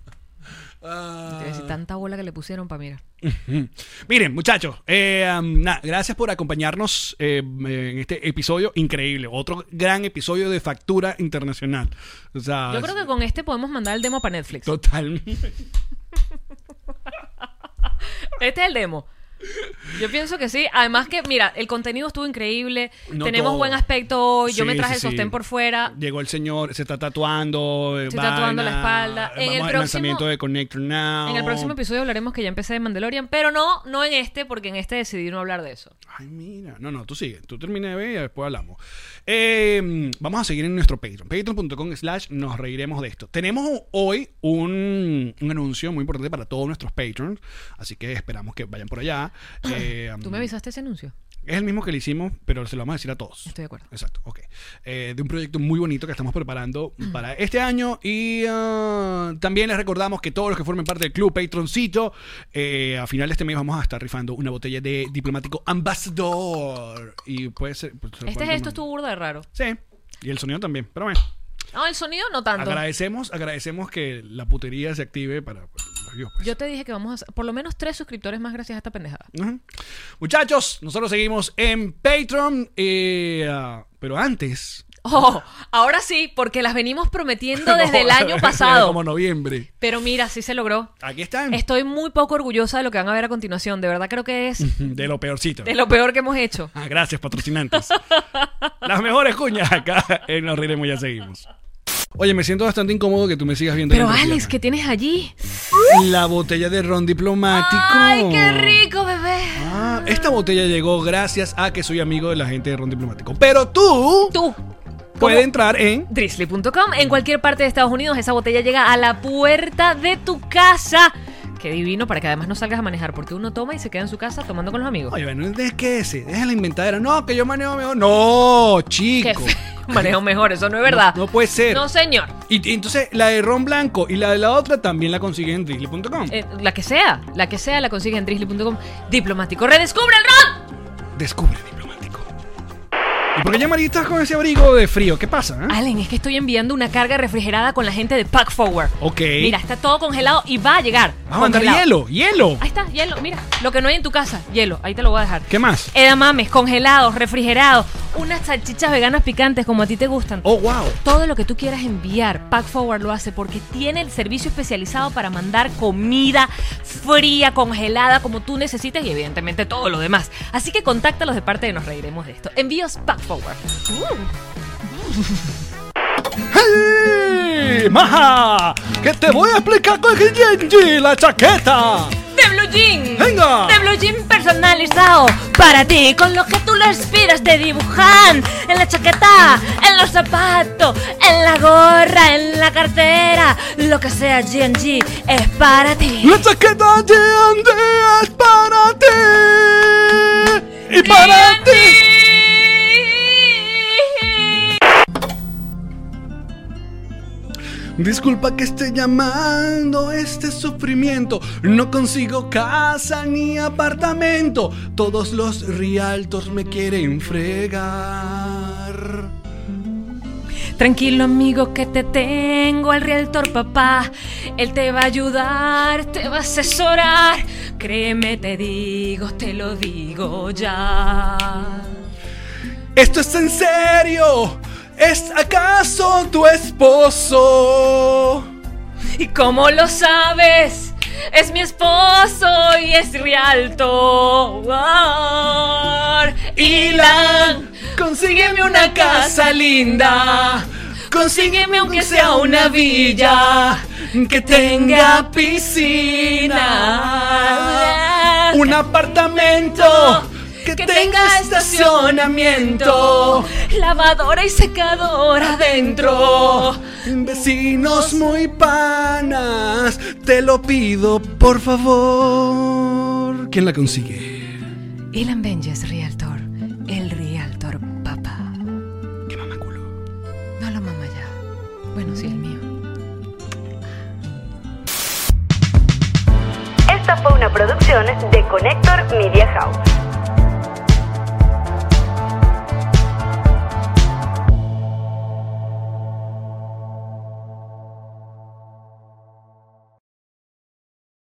S2: Te voy a decir, tanta bola que le pusieron para mirar.
S3: Miren, muchachos, eh, um, nada, gracias por acompañarnos eh, en este episodio increíble. Otro gran episodio de Factura Internacional. O sea,
S2: Yo creo que con este podemos mandar el demo para Netflix.
S3: total.
S2: Este es el demo. Yo pienso que sí. Además que, mira, el contenido estuvo increíble.
S3: No
S2: Tenemos
S3: todo.
S2: buen aspecto hoy. Yo
S3: Sí,
S2: me traje
S3: sí,
S2: el sostén
S3: sí.
S2: por fuera.
S3: Llegó el señor, se está tatuando. eh,
S2: Se está tatuando la espalda. En
S3: vamos
S2: el
S3: al
S2: próximo-
S3: lanzamiento de Connector Now.
S2: En el próximo episodio hablaremos que ya empecé de Mandalorian, pero no, no en este, porque en este decidí no hablar de eso.
S3: Ay, mira. No, no, tú sigue. Tú termina de ver y después hablamos. Eh, vamos a seguir en nuestro Patreon. Patreon.com slash nos reiremos de esto. Tenemos hoy un, un anuncio muy importante para todos nuestros patrons. Así que esperamos que vayan por allá. Eh,
S2: ¿Tú me avisaste ese anuncio?
S3: Es el mismo que le hicimos, pero se lo vamos a decir a todos.
S2: Estoy de acuerdo.
S3: Exacto, ok. Eh, de un proyecto muy bonito que estamos preparando
S2: Mm.
S3: para este año. Y ah, también les recordamos que todos los que formen parte del club Patroncito, eh, a final de este mes vamos a estar rifando una botella de diplomático ambassador. Y puede ser. pues, se lo
S2: Este
S3: pueden
S2: gesto
S3: tomar.
S2: estuvo burda de raro.
S3: Sí. Y el sonido también. Pero bueno.
S2: No, el sonido no tanto.
S3: Agradecemos, agradecemos que la putería se active para. pues, Dios, pues.
S2: Yo te dije que vamos a hacer por lo menos tres suscriptores más gracias a esta pendejada.
S3: Ujú. Muchachos, nosotros seguimos en Patreon. eh, ah, pero antes.
S2: Oh, ahora sí, porque las venimos prometiendo desde el año pasado.
S3: Como noviembre.
S2: Pero mira, sí se logró.
S3: Aquí están.
S2: Estoy muy poco orgullosa de lo que van a ver a continuación. De verdad creo que es
S3: De lo peorcito.
S2: de lo peor que hemos hecho.
S3: Ah, gracias, patrocinantes. Las mejores cuñas acá en Nos Riremos Ya Seguimos. Oye, me siento bastante incómodo que tú me sigas viendo.
S2: Pero
S3: la
S2: Alex,
S3: persiana.
S2: ¿qué tienes allí?
S3: La botella de ron diplomático.
S2: ¡Ay, qué rico, bebé!
S3: Ah, esta botella llegó gracias a que soy amigo de la gente de Ron Diplomático. Pero tú,
S2: Tú.
S3: puedes entrar en
S2: Drizzly.com. En cualquier parte de Estados Unidos, esa botella llega a la puerta de tu casa. Qué divino para que además no salgas a manejar, porque uno toma y se queda en su casa tomando con los amigos.
S3: Oye, bueno, es que ese, deja la inventadera. No, que yo manejo mejor. No,
S2: Qué
S3: chico.
S2: feo. Manejo mejor, eso no es verdad.
S3: No, no puede ser.
S2: No, señor.
S3: Y, y entonces la de ron blanco y la de la otra también la consiguen en drizzly.com.
S2: Eh, la que sea, la que sea, la consigue en drizzly.com. Diplomático, redescubre el rock.
S3: Descubre diplomático. ¿Y por qué ya María estás con ese abrigo de frío? ¿Qué pasa? eh?
S2: Allen, es que estoy enviando una carga refrigerada con la gente de Pack Forward.
S3: Ok.
S2: Mira, está todo congelado y va a llegar.
S3: Vamos a mandar
S2: Congelado.
S3: hielo, hielo.
S2: Ahí está, hielo. Mira, lo que no hay en tu casa, hielo. Ahí te lo voy a dejar.
S3: ¿Qué más?
S2: Edamames, congelados, refrigerados, unas salchichas veganas picantes como a ti te gustan.
S3: Oh, wow.
S2: Todo lo que tú quieras enviar, Pack Forward lo hace porque tiene el servicio especializado para mandar comida fría, congelada, como tú necesites y evidentemente todo lo demás. Así que contáctalos de parte de Nos Reiremos de esto. Envíos Pack Forward. Uh.
S3: ¡Hey! ¡Maja! ¡Que te voy a explicar con el Genji, la chaqueta!
S2: De Blue Jean.
S3: ¡Venga!
S2: De Blue Jean personalizado para ti, con lo que tú lo inspiras te dibujan en la chaqueta, en los zapatos, en la gorra, en la cartera, lo que sea G&G es para ti.
S3: ¡La chaqueta Genji es para ti! ¡Y para ti! Disculpa que esté llamando este sufrimiento. No consigo casa ni apartamento. Todos los rialtos me quieren fregar.
S2: Tranquilo amigo que te tengo al realtor papá, él te va a ayudar, te va a asesorar, créeme te digo, te lo digo ya.
S3: ¿Esto es en serio? ¿Es acaso tu esposo?
S2: ¿Y cómo lo sabes? Es mi esposo y es Rialto. Ilan,
S3: Consígueme una casa linda.
S2: Consígueme aunque sea una villa
S3: que
S2: tenga
S3: piscina. Un apartamento que,
S2: Que
S3: tenga
S2: tenga
S3: estacionamiento.
S2: lavadora y secadora adentro.
S3: Vecinos muy panas, te lo pido por favor. ¿Quién la consigue?
S2: Ilan Benjes, Rialtor. El Rialtor, papá.
S3: Qué mamaculo.
S2: No lo mama ya. Bueno, sí, el mío.
S1: Esta fue una producción de Connector Media House.